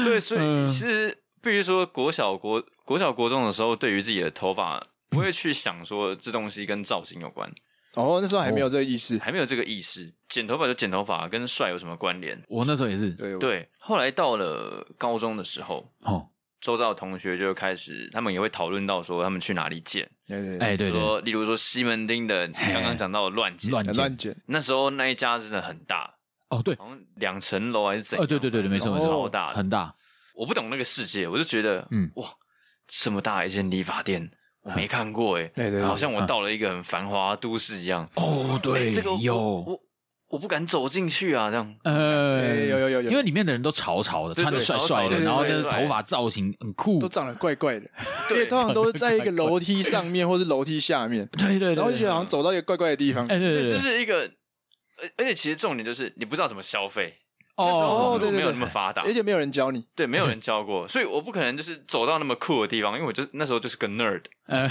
对，所嗯以其实必须说，国小国国小国中的时候，对于自己的头发不会去想说这东西跟造型有关，哦，那时候还没有这个意识。还没有这个意识。剪头发就剪头发，跟帅有什么关联？ 我那时候也是，对，对，后来到了高中的时候，哦，周遭的同学就开始，他们也会讨论到说他们去哪里剪，对对对，哎，对比如对，说例如说西门町的，你刚刚讲到的乱剪，乱乱剪，那时候那一家真的很大，哦对，好像两层楼还是怎样？呃对对对对，没错没超错，哦大的，很大，我不懂那个世界，我就觉得，嗯嗯，哇，这么大一间理发店，我没看过哎、对对对好像我到了一个很繁华的都市一样。哎哦对这个我有，我我不敢走进去啊，这样。哎，呃有有有有，因为里面的人都潮潮的，对对穿的帅帅的，潮潮的然后就是对对对头发造型很酷都，长得怪怪 的，因为对通常都是在一个楼梯上面或是楼梯下面，对对对，然后就觉得好像走到一个怪怪的地方。哎对对对，对这对，是一个，而而且其实重点就是你不知道怎么消费，那时候哦网 络对对没有对那么发达而，且没有人教你，对，没有人教过，所以我不可能就是走到那么酷的地方，因为我就那时候就是个 nerd，呃，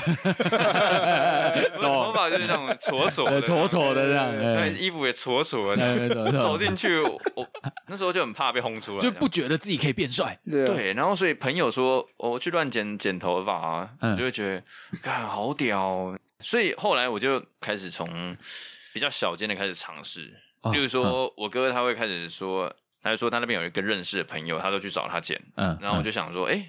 我的头发就是那种挫挫呃 的，哦丑丑的这样，对，哎衣服也挫挫哎 的，没错没错走进去我我那时候就很怕被轰出来，就不觉得自己可以变帅，对啊，对，然后所以朋友说哦我去乱剪剪头发啊，嗯我就会觉得，看好屌哦、所以后来我就开始从比较小间的开始尝试，哦例如说、我哥他会开始说，他就说他那边有一个认识的朋友，他都去找他剪，嗯，然后我嗯就想说，哎、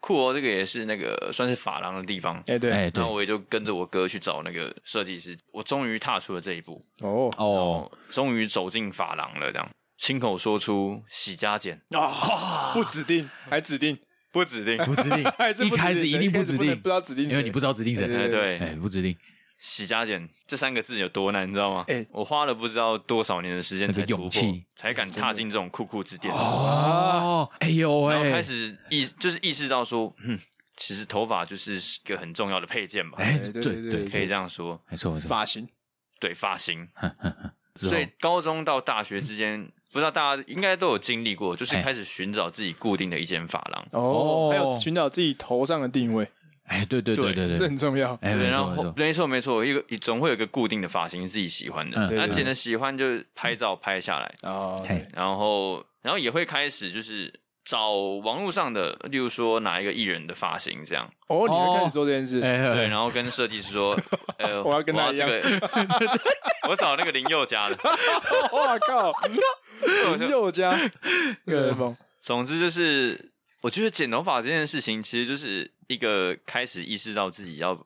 酷哦，这个也是那个算是发廊的地方。哎对，哎然对后我也就跟着我哥去找那个设计师，我终于踏出了这一步，哦哦，终于走进发廊了，这样亲口说出洗加剪啊， 不指定还指定，，不指 定，不指定 还是一不指定开始一定一开不始指不能定，不知道指定谁因为你不知道指定对谁，哎，对，哎，不指定，洗加减这三个字有多难，你知道吗？哎我花了不知道多少年的时间那个才突破勇气，才敢踏进这种酷酷之店，哦，哎呦然后喂开，始意就是意识到说，嗯，其实头发就是一个很重要的配件吧，哎，对对对对对，对可以这样说，没错没错，发型，对发型。之后所以高中到大学之间，不知道大家应该都有经历过，就是哎开始寻找自己固定的一间发廊，哦哦，还有寻找自己头上的定位，哎，对对对对对这对，很重要。哎，对，没然错没后错，没错没错，一个总会有一个固定的发型是自己喜欢的嗯，对那对剪的喜欢就拍照拍下来，哦，嘿然后然后也会开始就是找网络上的，例如说哪一个艺人的发型这样，哦，你会开始做这件事？哎、对，然后跟设计师 说，呃，我要跟他这个， 我找那个林宥嘉的，我 靠，林宥嘉，对 对吧？总之就是，我觉得剪头发这件事情，其实就是一个开始意识到自己要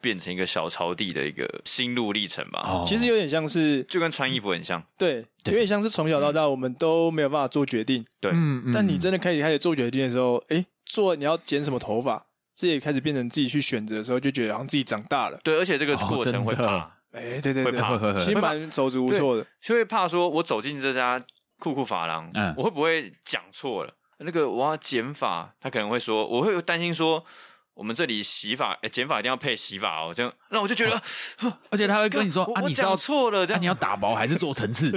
变成一个小朝地的一个心路历程吧。哦其实有点像是就跟穿衣服很像。对，对有点像是从小到大我们都没有办法做决定，对，嗯嗯但你真的开始开始做决定的时候，哎，做你要剪什么头发，这也开始变成自己去选择的时候，就觉得好像自己长大了。对，而且这个哦过真的程会怕，哎，对对会对怕，嗯会会会其实蛮手足无措的。就会怕说，我走进这家酷酷发廊，嗯我会不会讲错了？那个我要剪发，他可能会说，我会担心说。我们这里洗发，诶剪发一定要配洗发哦，这样，那我就觉得，而且他会跟你说我啊，我你是讲要错了，这啊，样你要打薄还是做 层次？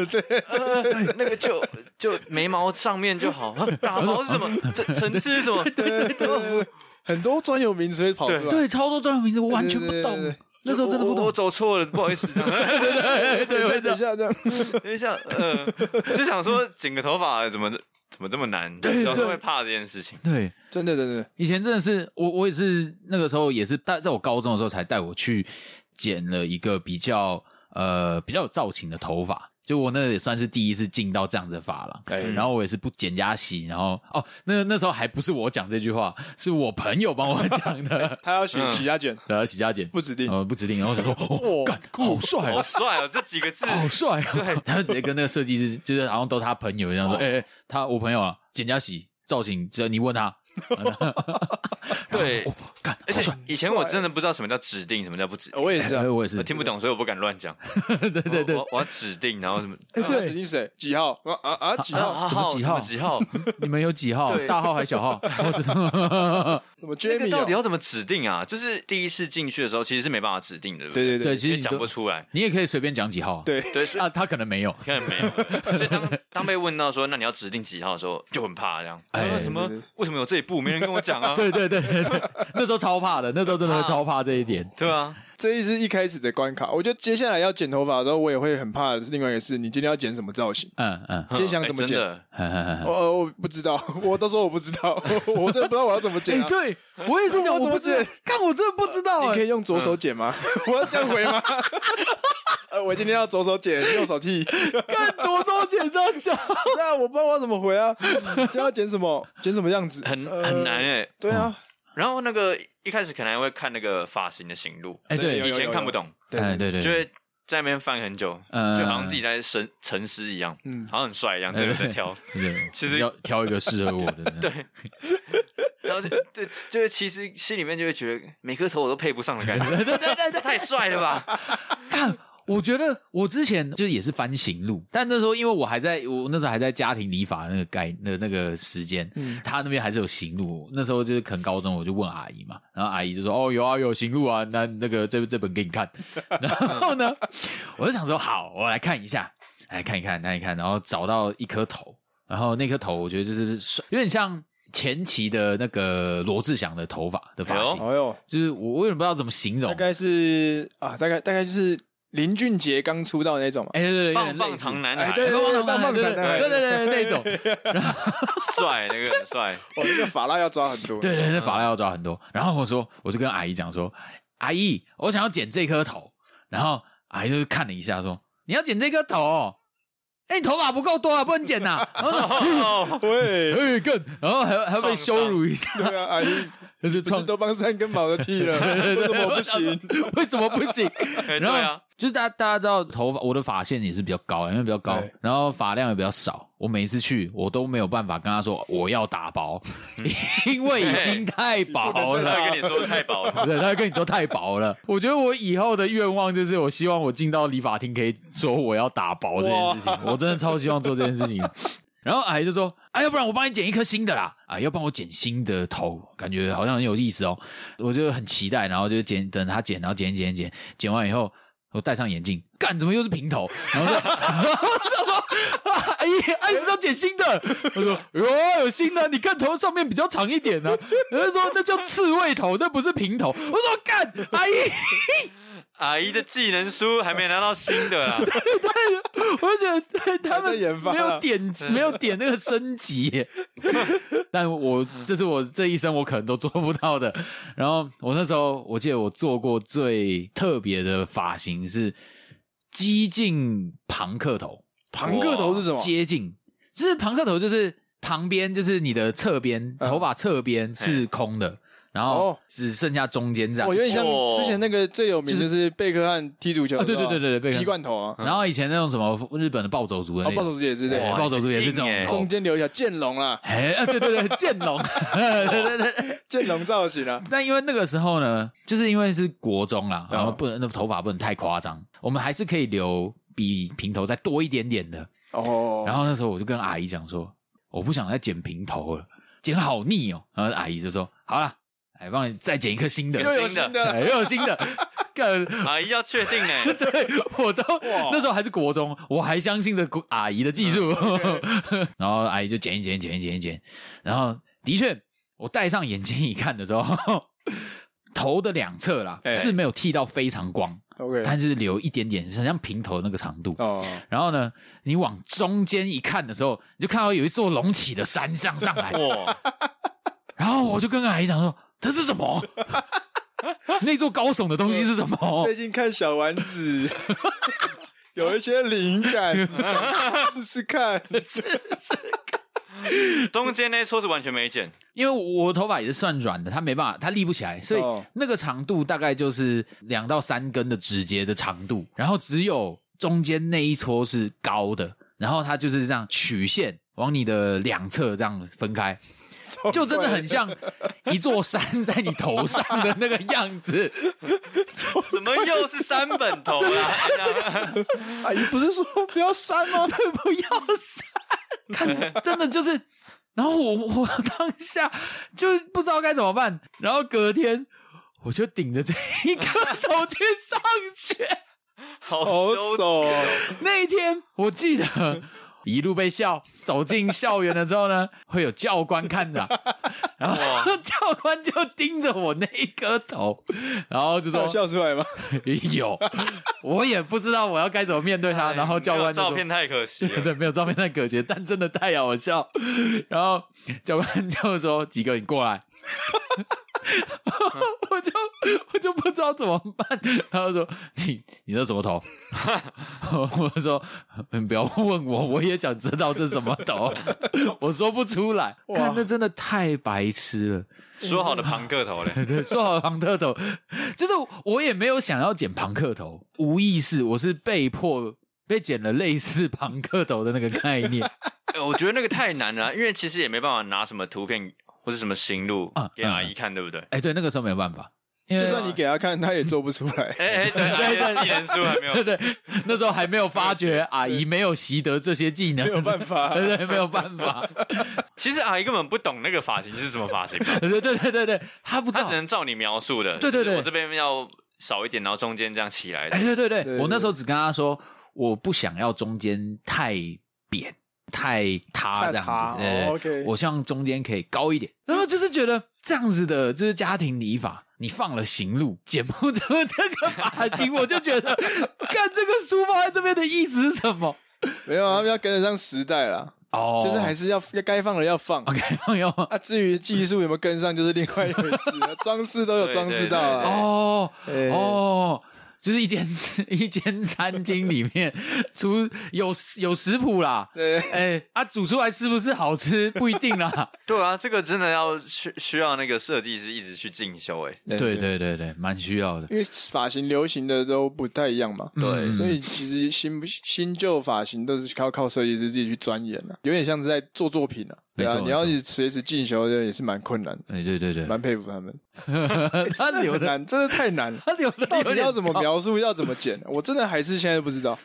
呃那个就就眉毛上面就好， 啊打毛是什么？层层次是什么？对对对对 很多专有名词会跑出来。对，超多专有名词我完全不对对对懂对，那时候真的不我我懂我。走错了，不好意思，这样 对对，等一下这样，等一下，呃，就想说剪个头发怎么怎么这么难，对小时对候会怕这件事情。对，真的真的，以前真的是我，我也是那个时候也是带，在我高中的时候才带我去剪了一个比较呃比较有造型的头发，就我那也算是第一次进到这样子的发廊。哎，，然后我也是不剪加洗，然后哦，那那时候还不是我讲这句话，是我朋友帮我讲的他要洗嗯洗下卷，然后洗加剪，哎不指定。呃不指定，然后我想说，哦，哇干，好帅好哦，帅哦，这几个字，好帅哦！他就直接跟那个设计师，就是好像都他朋友一哦样说：“哎、哎他我朋友啊，简佳喜造型，只要你问他。对哦”干，而好帅且！以前我真的不知道什么叫指定，什么叫不指定，我也是啊哎，我也是我，听不懂，所以我不敢乱讲。 对对对我，我我要指定，然后什么？哎啊对指定谁几号？啊啊啊几啊号？什么几几号几 号？你们有几号？对大号还小 号？我知道。什么这个 Jamie？到底哦要怎么指定啊？就是第一次进去的时候，其实是没办法指定的，不对对对，对，其实也你讲不都，出来。你也可以随便讲几号啊。对对，所以啊，他可能没有。你看没 有。所以当当被问到说那你要指定几号的时候，就很怕这样。哎啊什么对对？为什么有这一步？没人跟我讲啊。对对对对对，那时候超怕的，那时候真的会超怕这一点。对啊，这一是一开始的关卡。我觉得接下来要剪头发的时候，我也会很怕的是另外一个事，你今天要剪什么造型？嗯嗯今天想怎么哎剪真？的哼哼哼我哼，呃我不知道，我都说我不知 道，我真的不知道我要怎么剪哎，啊。对我也是讲，我我怎么不知道剪，看我真的不知道你可哎。以用左手剪吗？ 我要这样回吗？ 呃，我今天要左手剪，右手剃。 看左手剪上小，那我不知道我要怎么回啊？今天要剪什么？剪什么样子？很呃很难。哎。对嗯啊，然后那个一开始可能还会看那个发型的行路，哎对有以有前有看不懂，对哎对对对，对，就会在那边翻很久，嗯就好像自己在沉沉思一样，嗯好像很帅一样，哎对，对在挑。对，其实要挑一个适合我的。对，然后就 就就是其实心里面就会觉得每颗头我都配不上的感 觉，对对对对对，太帅了吧？看。我觉得我之前就是也是翻行路，但那时候因为我还在我那时候还在家庭理发那个概那那个时间，嗯他那边还是有行路。那时候就是可能高中，我就问阿姨嘛，然后阿姨就说：“哦，有啊，有行路啊，那那个这这本给你 看。”然后呢，我就想说好，我来看一下，来看一看，看一看，然后找到一颗头，然后那颗头我觉得就是帅有点像前期的那个罗志祥的头发的发型，哎呦，就是我我有点不知道怎么形容大。概是啊，大概大概就是林俊杰刚出道那种嘛。哎，对对对，有棒点类棒似糖男哎孩，对棒棒糖，对对对对，那种，帅那个很 帅，我哦那个发蜡要抓很多。对对，那法拉要抓很多。然后我说，我就跟阿姨讲说，阿姨，我想要剪这颗头。然后阿姨就看了一下，说，你要剪这颗头、哦？哎，你头发不够多啊，不能剪呐、然后说，哦喂，哎，更，然后还还被羞辱一下，对啊，阿姨就是不是创，都帮三根毛都 剃了，为什么不行？？为什么不行？哎对然后啊，就是大家大家知道，头发我的发线也是比较高，因为比较高对，然后发量也比较少。我每次去，我都没有办法跟他说我要打薄，因为已经太薄嗯不 他能了。会跟你说太饱了，对，他会跟你说太薄了。我觉得我以后的愿望就是，我希望我进到理发厅可以说我要打薄这件事情，我真的超希望做这件事情。然后阿姨就说：“哎，要不然我帮你剪一颗新的啦！啊，要帮我剪新的头，感觉好像很有意思哦。”我就很期待，然后就剪，等他剪，然后剪剪剪，剪完以后，我戴上眼镜，干，怎么又是平头？然后说， 然后他说，阿姨，阿姨要剪新的。我说，哟，有新的，你看头上面比较长一点呢、啊。他就说，那叫刺猬头，那不是平头。我说，干，阿姨， 阿姨的技能书还没拿到新的啊 啦，我就觉得他还们在研发啊没有点没有点那个升级 耶，但我这是我这一生我可能都做不到的。然后我那时候我记得我做过最特别的发型是激进庞克头，庞克头是什么？接近就是庞克头就是旁边就是你的侧边嗯头发侧边是空的，然后哦只剩下中间这样我。有点像哦之前那个最有名就是贝克汉踢足球，啊对对你知道吗对对对贝克汉踢罐头嗯啊，然后以前那种什么日本的暴走族的哦，那暴种，走族也是对对，，哎哇暴走族也是这种哦很硬耶头中间留一条剑龙啊，哎、啊，对对对，剑龙，对对对。剑龙造型啊，但因为那个时候呢，就是因为是国中啦，哦然后不能那头发不能太夸张，我们还是可以留比平头再多一点点的。哦， 然后那时候我就跟阿姨讲说，我不想再剪平头了，剪得好腻哦。然后阿姨就说，好啦，哎，帮你再剪一颗新的，又有新的新的 哎，又有新的。干，阿姨要确定哎、对 我都那时候还是国中，我还相信着国阿姨的技术。 然后阿姨就剪一剪，剪一剪，一剪。然后的确，我戴上眼镜一看的时候， 头的两侧啦、哎是没有剃到非常光， ，OK，但就是留一点点，很像平头那个长度。哦，然后呢，你往中间一看的时候，你就看到有一座隆起的山上上来。哇，然后我就跟阿姨讲说：“这是什么？ 那座高耸的东西是什么？”最近看小丸 子有一些灵感，试试看，中间那一撮是完全没 剪，因为我头发也是算软的，它没办法，它立不起来，所以哦那个长度大概就是两到三根的指节的长度，然后只有中间那一撮是高的，然后它就是这样曲线往你的两侧这样分开， 哦就真的很像一座山在你头上的那个样子。怎么又是三本头啊？阿姨哎不是说不要删 吗？不要删， 看真的就是，然后我我当下就不知道该怎么办，然后隔天我就顶着这一颗头去上学。 好好羞耻丑哦，那一天我记得。一路被笑，走进校园的时候呢，会有教官看 着，然后教官就盯着我那一颗头，然后就他 有说笑出来吗？ 有，我也不知道我要该怎么面对他，哎然后教官没有就说照片太可 惜对了，对，没有照片太可惜，但真的太好笑。然后教官就说：“几个你过来。” 我就我就不知道怎么办，他就说：“你你这什么头？” 我我说：“你不要问我，我也想知道这什么头，我说不出来。”哇看，那真的太白痴了。 说好的庞个头嘞，对对，说好庞克头，就是我也没有想要剪庞克头，无意识，我是被迫被剪了类似庞克头的那个概念。哎 我觉得那个太难了，因为其实也没办法拿什么图片或是什么行路啊给阿姨看，对不对？哎，对，那个时候没有办法，因为就算你给他看，他也做不出来。哎哎，对，阿姨的技能书还没有 对对，那时候还没有发觉阿姨没有习得这些技能，没有办法啊对对，没有办法，其实阿姨根本不懂那个发型是什么发型，啊对对对对对，她不知她道只。能照你描述的。对对就是对我这边要少一点，然后中间这样起来的哎，。对对对，对我那时候只跟她说，我不想要中间太扁、太塌太这样子，塌哦对对对 OK 我希望中间可以高一点。然后就是觉得这样子的，就是家庭理发，你放了行路，剪不出这个发型，我就觉得， 看这个书放在这边的意思是什么？没有，他啊们要跟得上时代啦，哦，就是还是要要该放的要放。 OK 朋友。啊，至于技术有没有跟上，就是另外一回 事了。装饰都有装饰到对啊。哦哎哦，就是一间一间餐厅里面出有有食谱啦。对，哎、啊，煮出来是不是好吃不一定 啦。对啊，这个真的要需需要那个设计师一直去进修，哎，对，对对对，蛮需要的。因为发型流行的都不太一样嘛，对嗯所以其实新新旧发型都是靠靠设计师自己去钻研啊了，有点像是在做作品了。对没啊，错你要一直随时进修，这也是蛮困难的，哎、对对对，蛮佩服他们。 他留很的 难，真的太难了。他留的到有底点要怎么高？描述，要怎么剪？我真的还是现在不知道。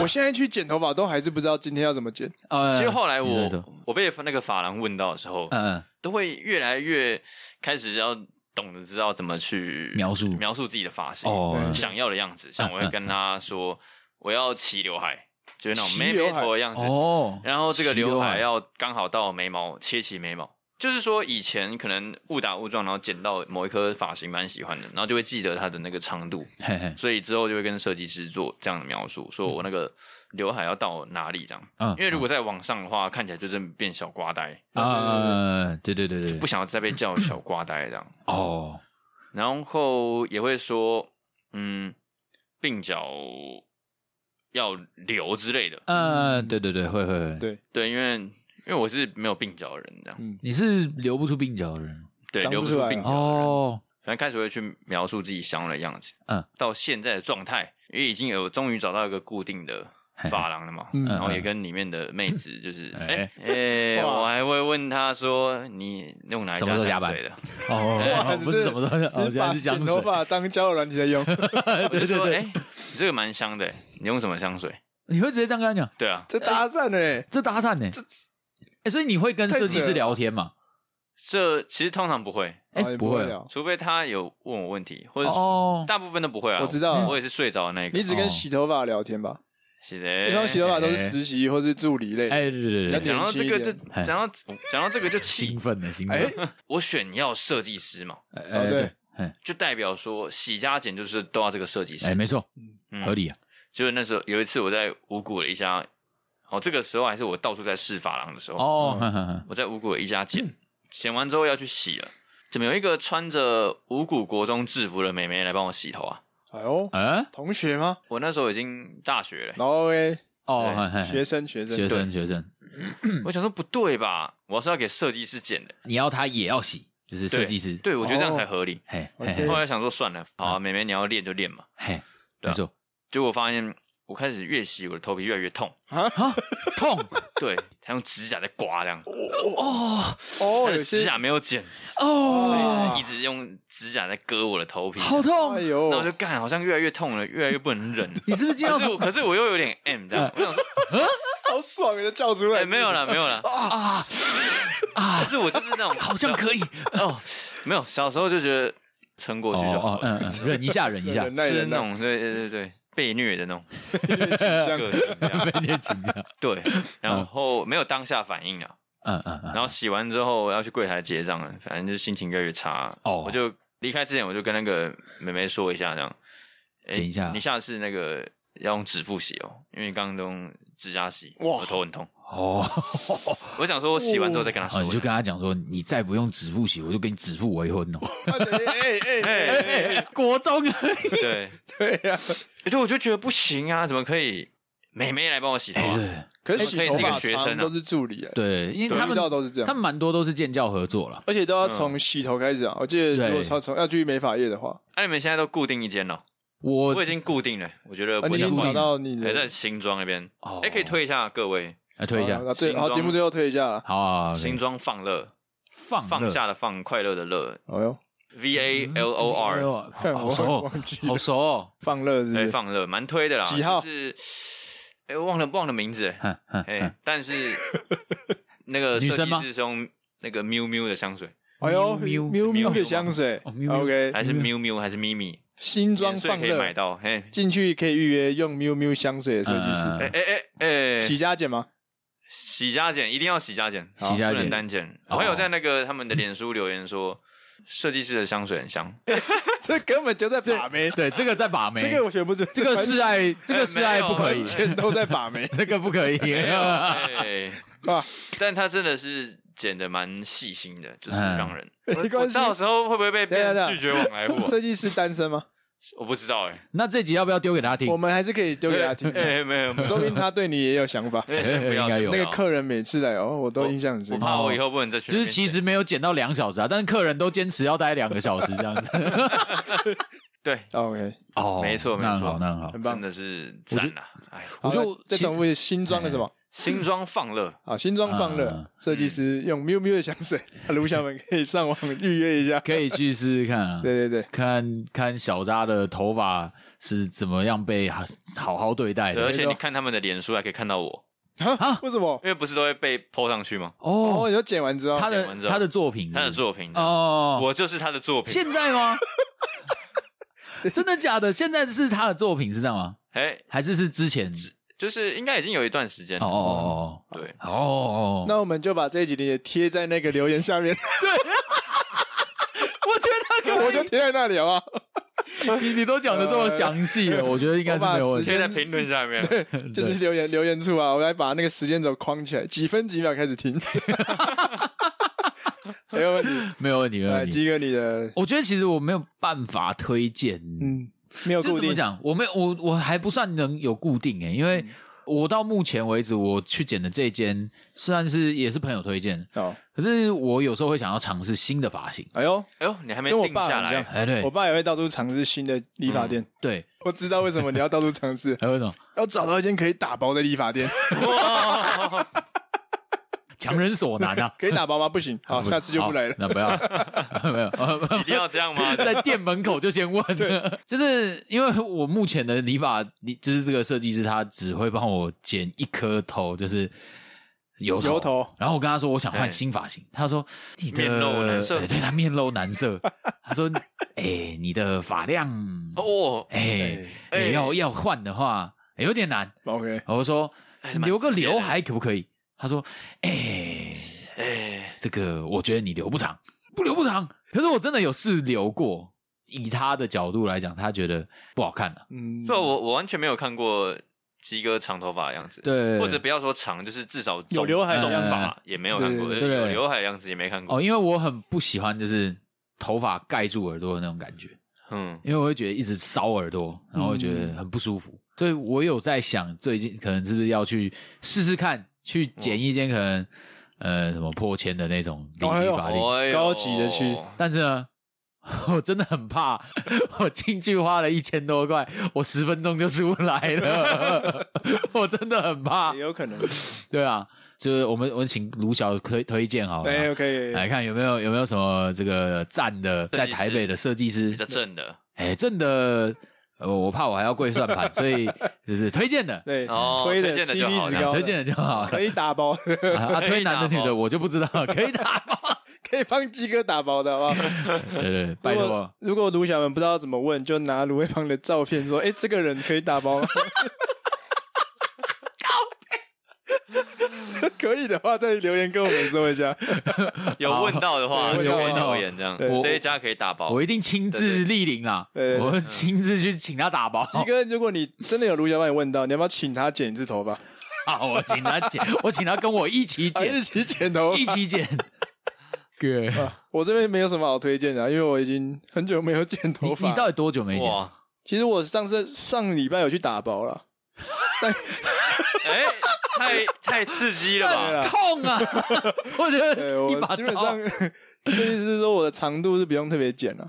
我现在去剪头发都还是不知道今天要怎么剪。呃其实后来你说你我说我被那个发廊问到的时候，嗯嗯，都会越来越开始要懂得知道怎么去描述描述自己的发型，哦，嗯想要的样子。像我会跟他说，我要齐刘海，就是那种齐妹刘妹海头的样子。哦，然后这个齐刘刘海海要刚好到眉毛，切齐眉毛。就是说以前可能误打误撞，然后剪到某一颗发型蛮喜欢的，然后就会记得它的那个长度，嘿嘿，所以之后就会跟设计师做这样的描述，说我那个刘海要到哪里这样。嗯，因为如果在网上的话，看起来就真的变小瓜呆，啊，对对对对不，想要再被叫小瓜呆这样。哦，然后也会说，嗯，鬓角要留之类的。呃，对对对，会会会，嗯对对，因为因为我是没有鬓角的人，这样、嗯你是留不出鬓角的人对长不留出出来鬓角的人。哦，反正开始会去描述自己想要的样子，嗯，到现在的状态，因为已经有终于找到一个固定的发廊了嘛，嗯然后也跟里面的妹子就是，哎哎哎，哇我还会问她说你用哪一什么时家候加香班水的？ 哦哇哦，不是这什么东西，哦，原只是把来是香剪水头，发当胶软体在用，我对对就说，哎，对，你这个蛮香的，你用什么香水？你会直接这样跟他讲，对啊，这搭讪呢？这搭讪呢这？哎，所以你会跟设计师太扯了聊天嘛？这其实通常不会，哎哦也不会聊，除非他有问我问题，或者哦，大部分都不会啊。我知道啊我也是睡着的那一个你。只跟洗头发聊天吧？是一的，般洗头发都是哎实习或是助理类。哎，对对对那对，你讲到这个年轻就一点哎讲到讲到 这个就气兴，奋的兴奋哎，，我选要设计师嘛，哎哦哎对，就代表说洗加减就是都要这个设计师。哎，没错，嗯合。理啊，就是那时候有一次我在五谷的一家，哦，这个时候还是我到处在试发廊的时候，哦，嗯哼哼哼我在五谷的一家剪，剪完之后要去洗了，怎么有一个穿着五谷国中制服的妹妹来帮我洗头啊？哎呦，哎，同学吗？我那时候已经大学了、然后哎，哦，对嘿嘿嘿学生学生学生学生，我想说不对吧，我是要给设计师剪的，你要他也要洗，就是设对计师，对我觉得这样才合理。嘿嘿 OK 嘿后来想说算了，好啊，妹妹你要练就练嘛，嘿，对没啊错，结果发现我开始越洗我的头皮越来越痛，啊，痛对，他用指甲在刮这样，哦哦，他的有指些甲没有剪，哎哦，哇一直用指甲在割我的头皮，好哎痛！呦然后我，就干，好像越来越痛了，越来越不 能忍。你是不是进到可是什我么可是我又有点 M 嗯这样，我想说，好爽，的叫出哎、来。没有啦，没有啦，啊可 啊？是我就是那种好像 可以哦，没有，小时候就觉得撑过去就好哦，了， 嗯嗯，忍一下，忍一下，忍耐就是忍那耐，种对对对对被虐的那种倾嗯向个性 这样，每天请假，对，然后没有当下反应啊，嗯嗯嗯，然后洗完之后要去柜台结账了，反正就心情越来越差，哦我就离开之前我就跟那个妹妹说一下这样，哎剪一下你下次那个要用指腹洗哦，因为刚刚都用指甲洗，哇我头很痛。哦，我想说，我洗完之后再跟他说。哦你就跟他讲说，你再不用指腹洗，我就跟你指腹为 婚哦。哎哎哎，哎，哎哎国中而已 对，对呀。对，我就觉得不行啊，怎么可以美眉来帮我洗头、啊？哎，可是洗头发可以是一个学生常啊都是助理，哎，对，对因为他遇到们都是这他样，们蛮多都是建教合作了。而且都要从洗头开始啊。我记得如果要从要去美发业的话，啊那、你们现在都固定一间了？我我已经固定了，呃我觉得啊，不你已想经换找到你还的在新庄那边。哦哎、可以推一下各位，来推一下，啊对，新好，装节目最后推一下啦。好啊，好新庄放乐，放放乐下的放，快乐的乐哎呦， ，V A L O 嗯 R，看好 我熟哦，忘记好熟哦，放乐是不哎、是？放乐，蛮推的啦。几号就是，哎、忘了忘了名字，哎、哼哼哼 但是那个嗯女设生吗计师是用那个 miu miu 的香水，哎呦，喵喵喵的香水哦喵喵，OK，还是 miu miu 还是咪咪，新装免税放可以买乐，到。嘿，进去可以预约用喵喵香水的设计师。嗯哎哎哎哎，起家姐吗？ 洗加减一定要洗加减，洗加减不能单减。哦我还有在那个他们的脸书留言说，设计师的香水 很香，这根本就在把妹，对，这个在把妹，这个我选不准。这个是哎爱，这个是爱不可以完，全都在 把妹 这个不可以。哎，啊！但他真的是剪的蛮细心的，就是嗯让人。没我关系，到时候会不会被等一下变等一下拒绝往来户啊？设计师单身吗？我不知道哎， 那这集要不要丢给他听我？们还是可以丢 给他听，哎，没有，没有说不定他对你也有想法。哎先不要啊应该有先那不要个客人每次来哦，我都印象很深我刻。怕我以后不能再去那就边是剪。其实没有剪到两小时啊，但是客人都坚持要待两个小时这样子。 对， OK，哦没错没那很错好，那很好。很棒真。的是赞呐！哎，好我就了再其实重复一下新装的什么新装放 乐，啊？新装放嗯嗯乐嗯设计师用 miu miu 的香水，啊卢小们可以上网预约一下。可以去试试看啊，对对对，看看小扎的头发是怎么样被好好好对待对而的。且没错你看他们的脸书还可以看到我，啊？为什么？因为不是都会被 PO 上去吗？哦哦，，你说剪完之后，他剪完之的后他的作品是不他是，的作品哦，嗯哦，我就是他的作 品。现在吗？真的假的？现在是他的作品是这样吗？哎，还是是之前？就是应该已经有一段时间哦了。哦对，哦哦哦，那我们就把这一集链接贴在那个留言下面，我觉得我就贴在那里好不好？呃你你都讲的这么详细了，我觉得应该是没有问我把时题。贴间在评论下面。就是留言留言处啊，我来把那个时间轴框起来，几分几秒开始听，没有问题。没有问题，没有来，问题。鸡哥，你的我觉得其实我没有办法推荐，嗯，没有就固怎么定，嗯讲，我没有我我还不算能有固定欸诶、因为我到目前为止我去剪的这间，虽然是也是朋友推荐，哦，可是我有时候会想要尝试新的发型。哎呦，哎呦，你还没跟我定爸下很像来，哎，对嗯我爸也会到处尝试新的理发店，对，我知道为什么你要到处 尝试，还有一种要找到一间可以打包的理发店，。强人所难啊可以打包吗？不 行， 好，下次就不来了好。那不要， 没 有 一，定要这 样吗？在店门口就先问， 就是因为我目前的理发，你就是这个设计师，他只会帮我剪一颗头，就是油头。油头然后我跟他说我想换对新发型，他说你的面露难色哎对他面露难色。他说：“哎、你的发量，哦，哎、哎你要要换的话、哎有点难。 OK，” 我说还哎是：“蛮留个直接的刘海可不可以？”他说：“哎、哎，这个我觉得你留不长，不留不长。可是我真的有试留过，以他的角度来讲，他觉得不好看了、啊嗯，对啊我我完全没有看过鸡哥长头发的样子，对或者不要说长，就是至少有刘海的中样子发也没有看过，对对对有对刘海的样子也没看过哦，。因为我很不喜欢就是头发盖住耳朵的那种感觉，嗯，因为我会觉得一直搔耳朵，然后会觉得很不舒服。所以我有在想，最近可能是不是要去试试看，去剪一间可能呃什么破千的那种理哎呦发店。哎呦高级的去但是呢， 我真的很怕， 我进去花了一千多块，我十分钟就出来了， 我真的很啊怕也。有可能。对啊，就是我们我们请卢晓推推荐好了哎啊， ，OK，来看有没有有没有什么这个赞的，计师在台北的设计比师较，正的哎，真的。呃，我怕我还要跪算 盘，所以就是推荐的，对，哦推的推荐的就好 CP 这值样 高，推荐的就好了。可以打包， 啊，啊推男的女可以打的包我就不知道，可以打包。可以帮鸡哥打包的，好不好？对对，对拜如托果，如果卢小文不知道怎么问，就拿卢慧芳的照片说：“哎、这个人可以打 包吗？” 可以的话，再留言跟我们说一下。有问到的话好就可以有问到留言这样，对我这一家可以打包我。一定亲自莅临啦，对对对我亲自去请他打包。鸡哥，如果你真的有卢小文问到，你要不要请他剪一次头发？ 好，我请他 剪，我请他跟我一起啊一剪，起剪头发一。起剪。 哥，我这边没有什么好推荐的啊、因为我已经很久没有剪你头发。你到底多久没剪？哇，其实我上次上礼拜有去打 包了，哎，太太刺激了 对吧？啊痛啊！ 我觉对得一把我基本刀上，， 这意思是说我的长度是不用特别剪了、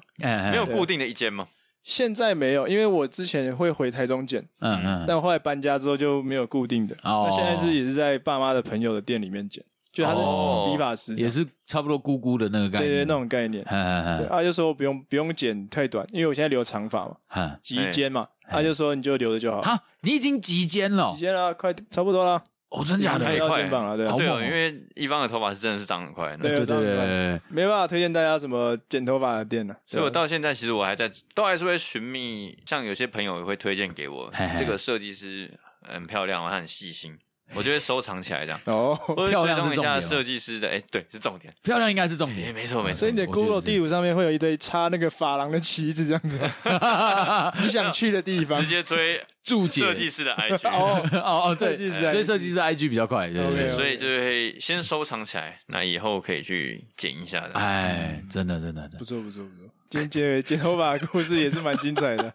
没啊没有固定的一间吗？现在没有，因为我之前会回台中剪，嗯嗯，但我后来搬家之后就没有固定的。哦那现在是也是在爸妈的朋友的店里面剪，就他是哦理发师，也是差不多咕咕的那个概对念，对那种概念。对，啊嗯，他就说不用不用剪太短，因为我现在留长发嘛，嗯及肩嘛，他就说你就留着就嗯，好。好，你已经及肩了及，肩啦，快差不多啦，哦，真假的？哎看对到快肩膀了，对好啊，对猛哦，哦因为一方的头发是真的是长很快的。对对对对对，没办法推荐大家什么剪头发的店了。所以我到现在其实我还在，都还是会寻觅，像有些朋友也会推荐给我嘿嘿，这个设计师很漂亮，他很细心，我就会收藏起来这样。哦， 我会 漂亮是追踪一重点下哦设计师的，哎、对，是重点。漂亮应该是重哎、 点。没错没错。所以你的我觉得 Google 是地图上面会有一堆插那个发廊的旗子这样子，你想去的地方直。接追注解设计 师的 IG，哦，哦哦，对，设计师 IG 所以设计师 IG 比较快，对对对 OK，OK 所以就会先收藏起来，那以后可以去剪一下的。哎，真的真的真嗯不的，错不错不错。今天剪剪头发的故事也是蛮精彩的，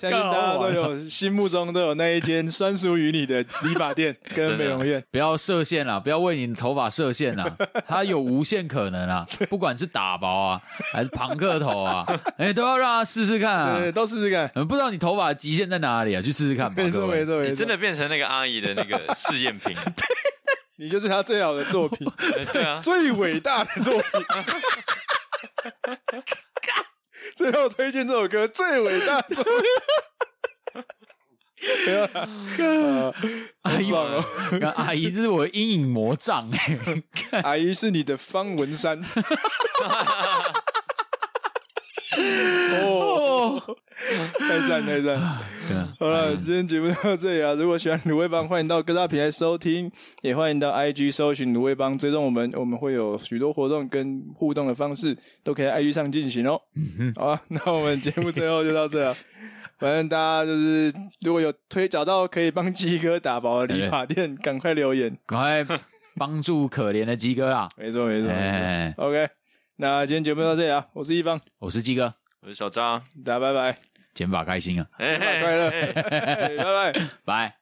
相信干好大家都玩有心目中都有那一间专属于你的理发店跟美容院。不要设限啊啦，不要为你的头发设限 啦，它有无限可能啊，不管是打薄啊，还是庞克头 啊，哎，都要让他试试看对啊对，。都试试看。嗯，不知道你头发的极限在哪里啊？去试试看吧，没错各位没。错没你错，真的，变成那个阿姨的那个试验品，你就是他最好的作品，哎对 啊，最伟大的作品。最后推荐这首歌《最伟大的作品》没有啦。呃好爽哦！跟阿姨，这是我的阴影魔 障哎、阿姨是你的方文山。哦，太赞太赞！对啊好嗯了，今天节目到这里啊！如果喜欢卤味帮，欢迎到各大平台收听，也欢迎到 IG 搜寻卤味帮，追踪我们，我们会有许多活动跟互动的方式，都可以在 IG 上进行哦。嗯好啊， 那我们节目最后就到这 了。反正大家就是，如果有推找到可以帮鸡哥打包的理发哎店，赶快留言。赶快帮助可怜的鸡哥 啊！没错，没错。没哎，错 OK，那今天节目到这里啊！我是一方，我是鸡哥，我是小张，大家拜拜，减法开心啊，哎 快乐，拜拜。拜。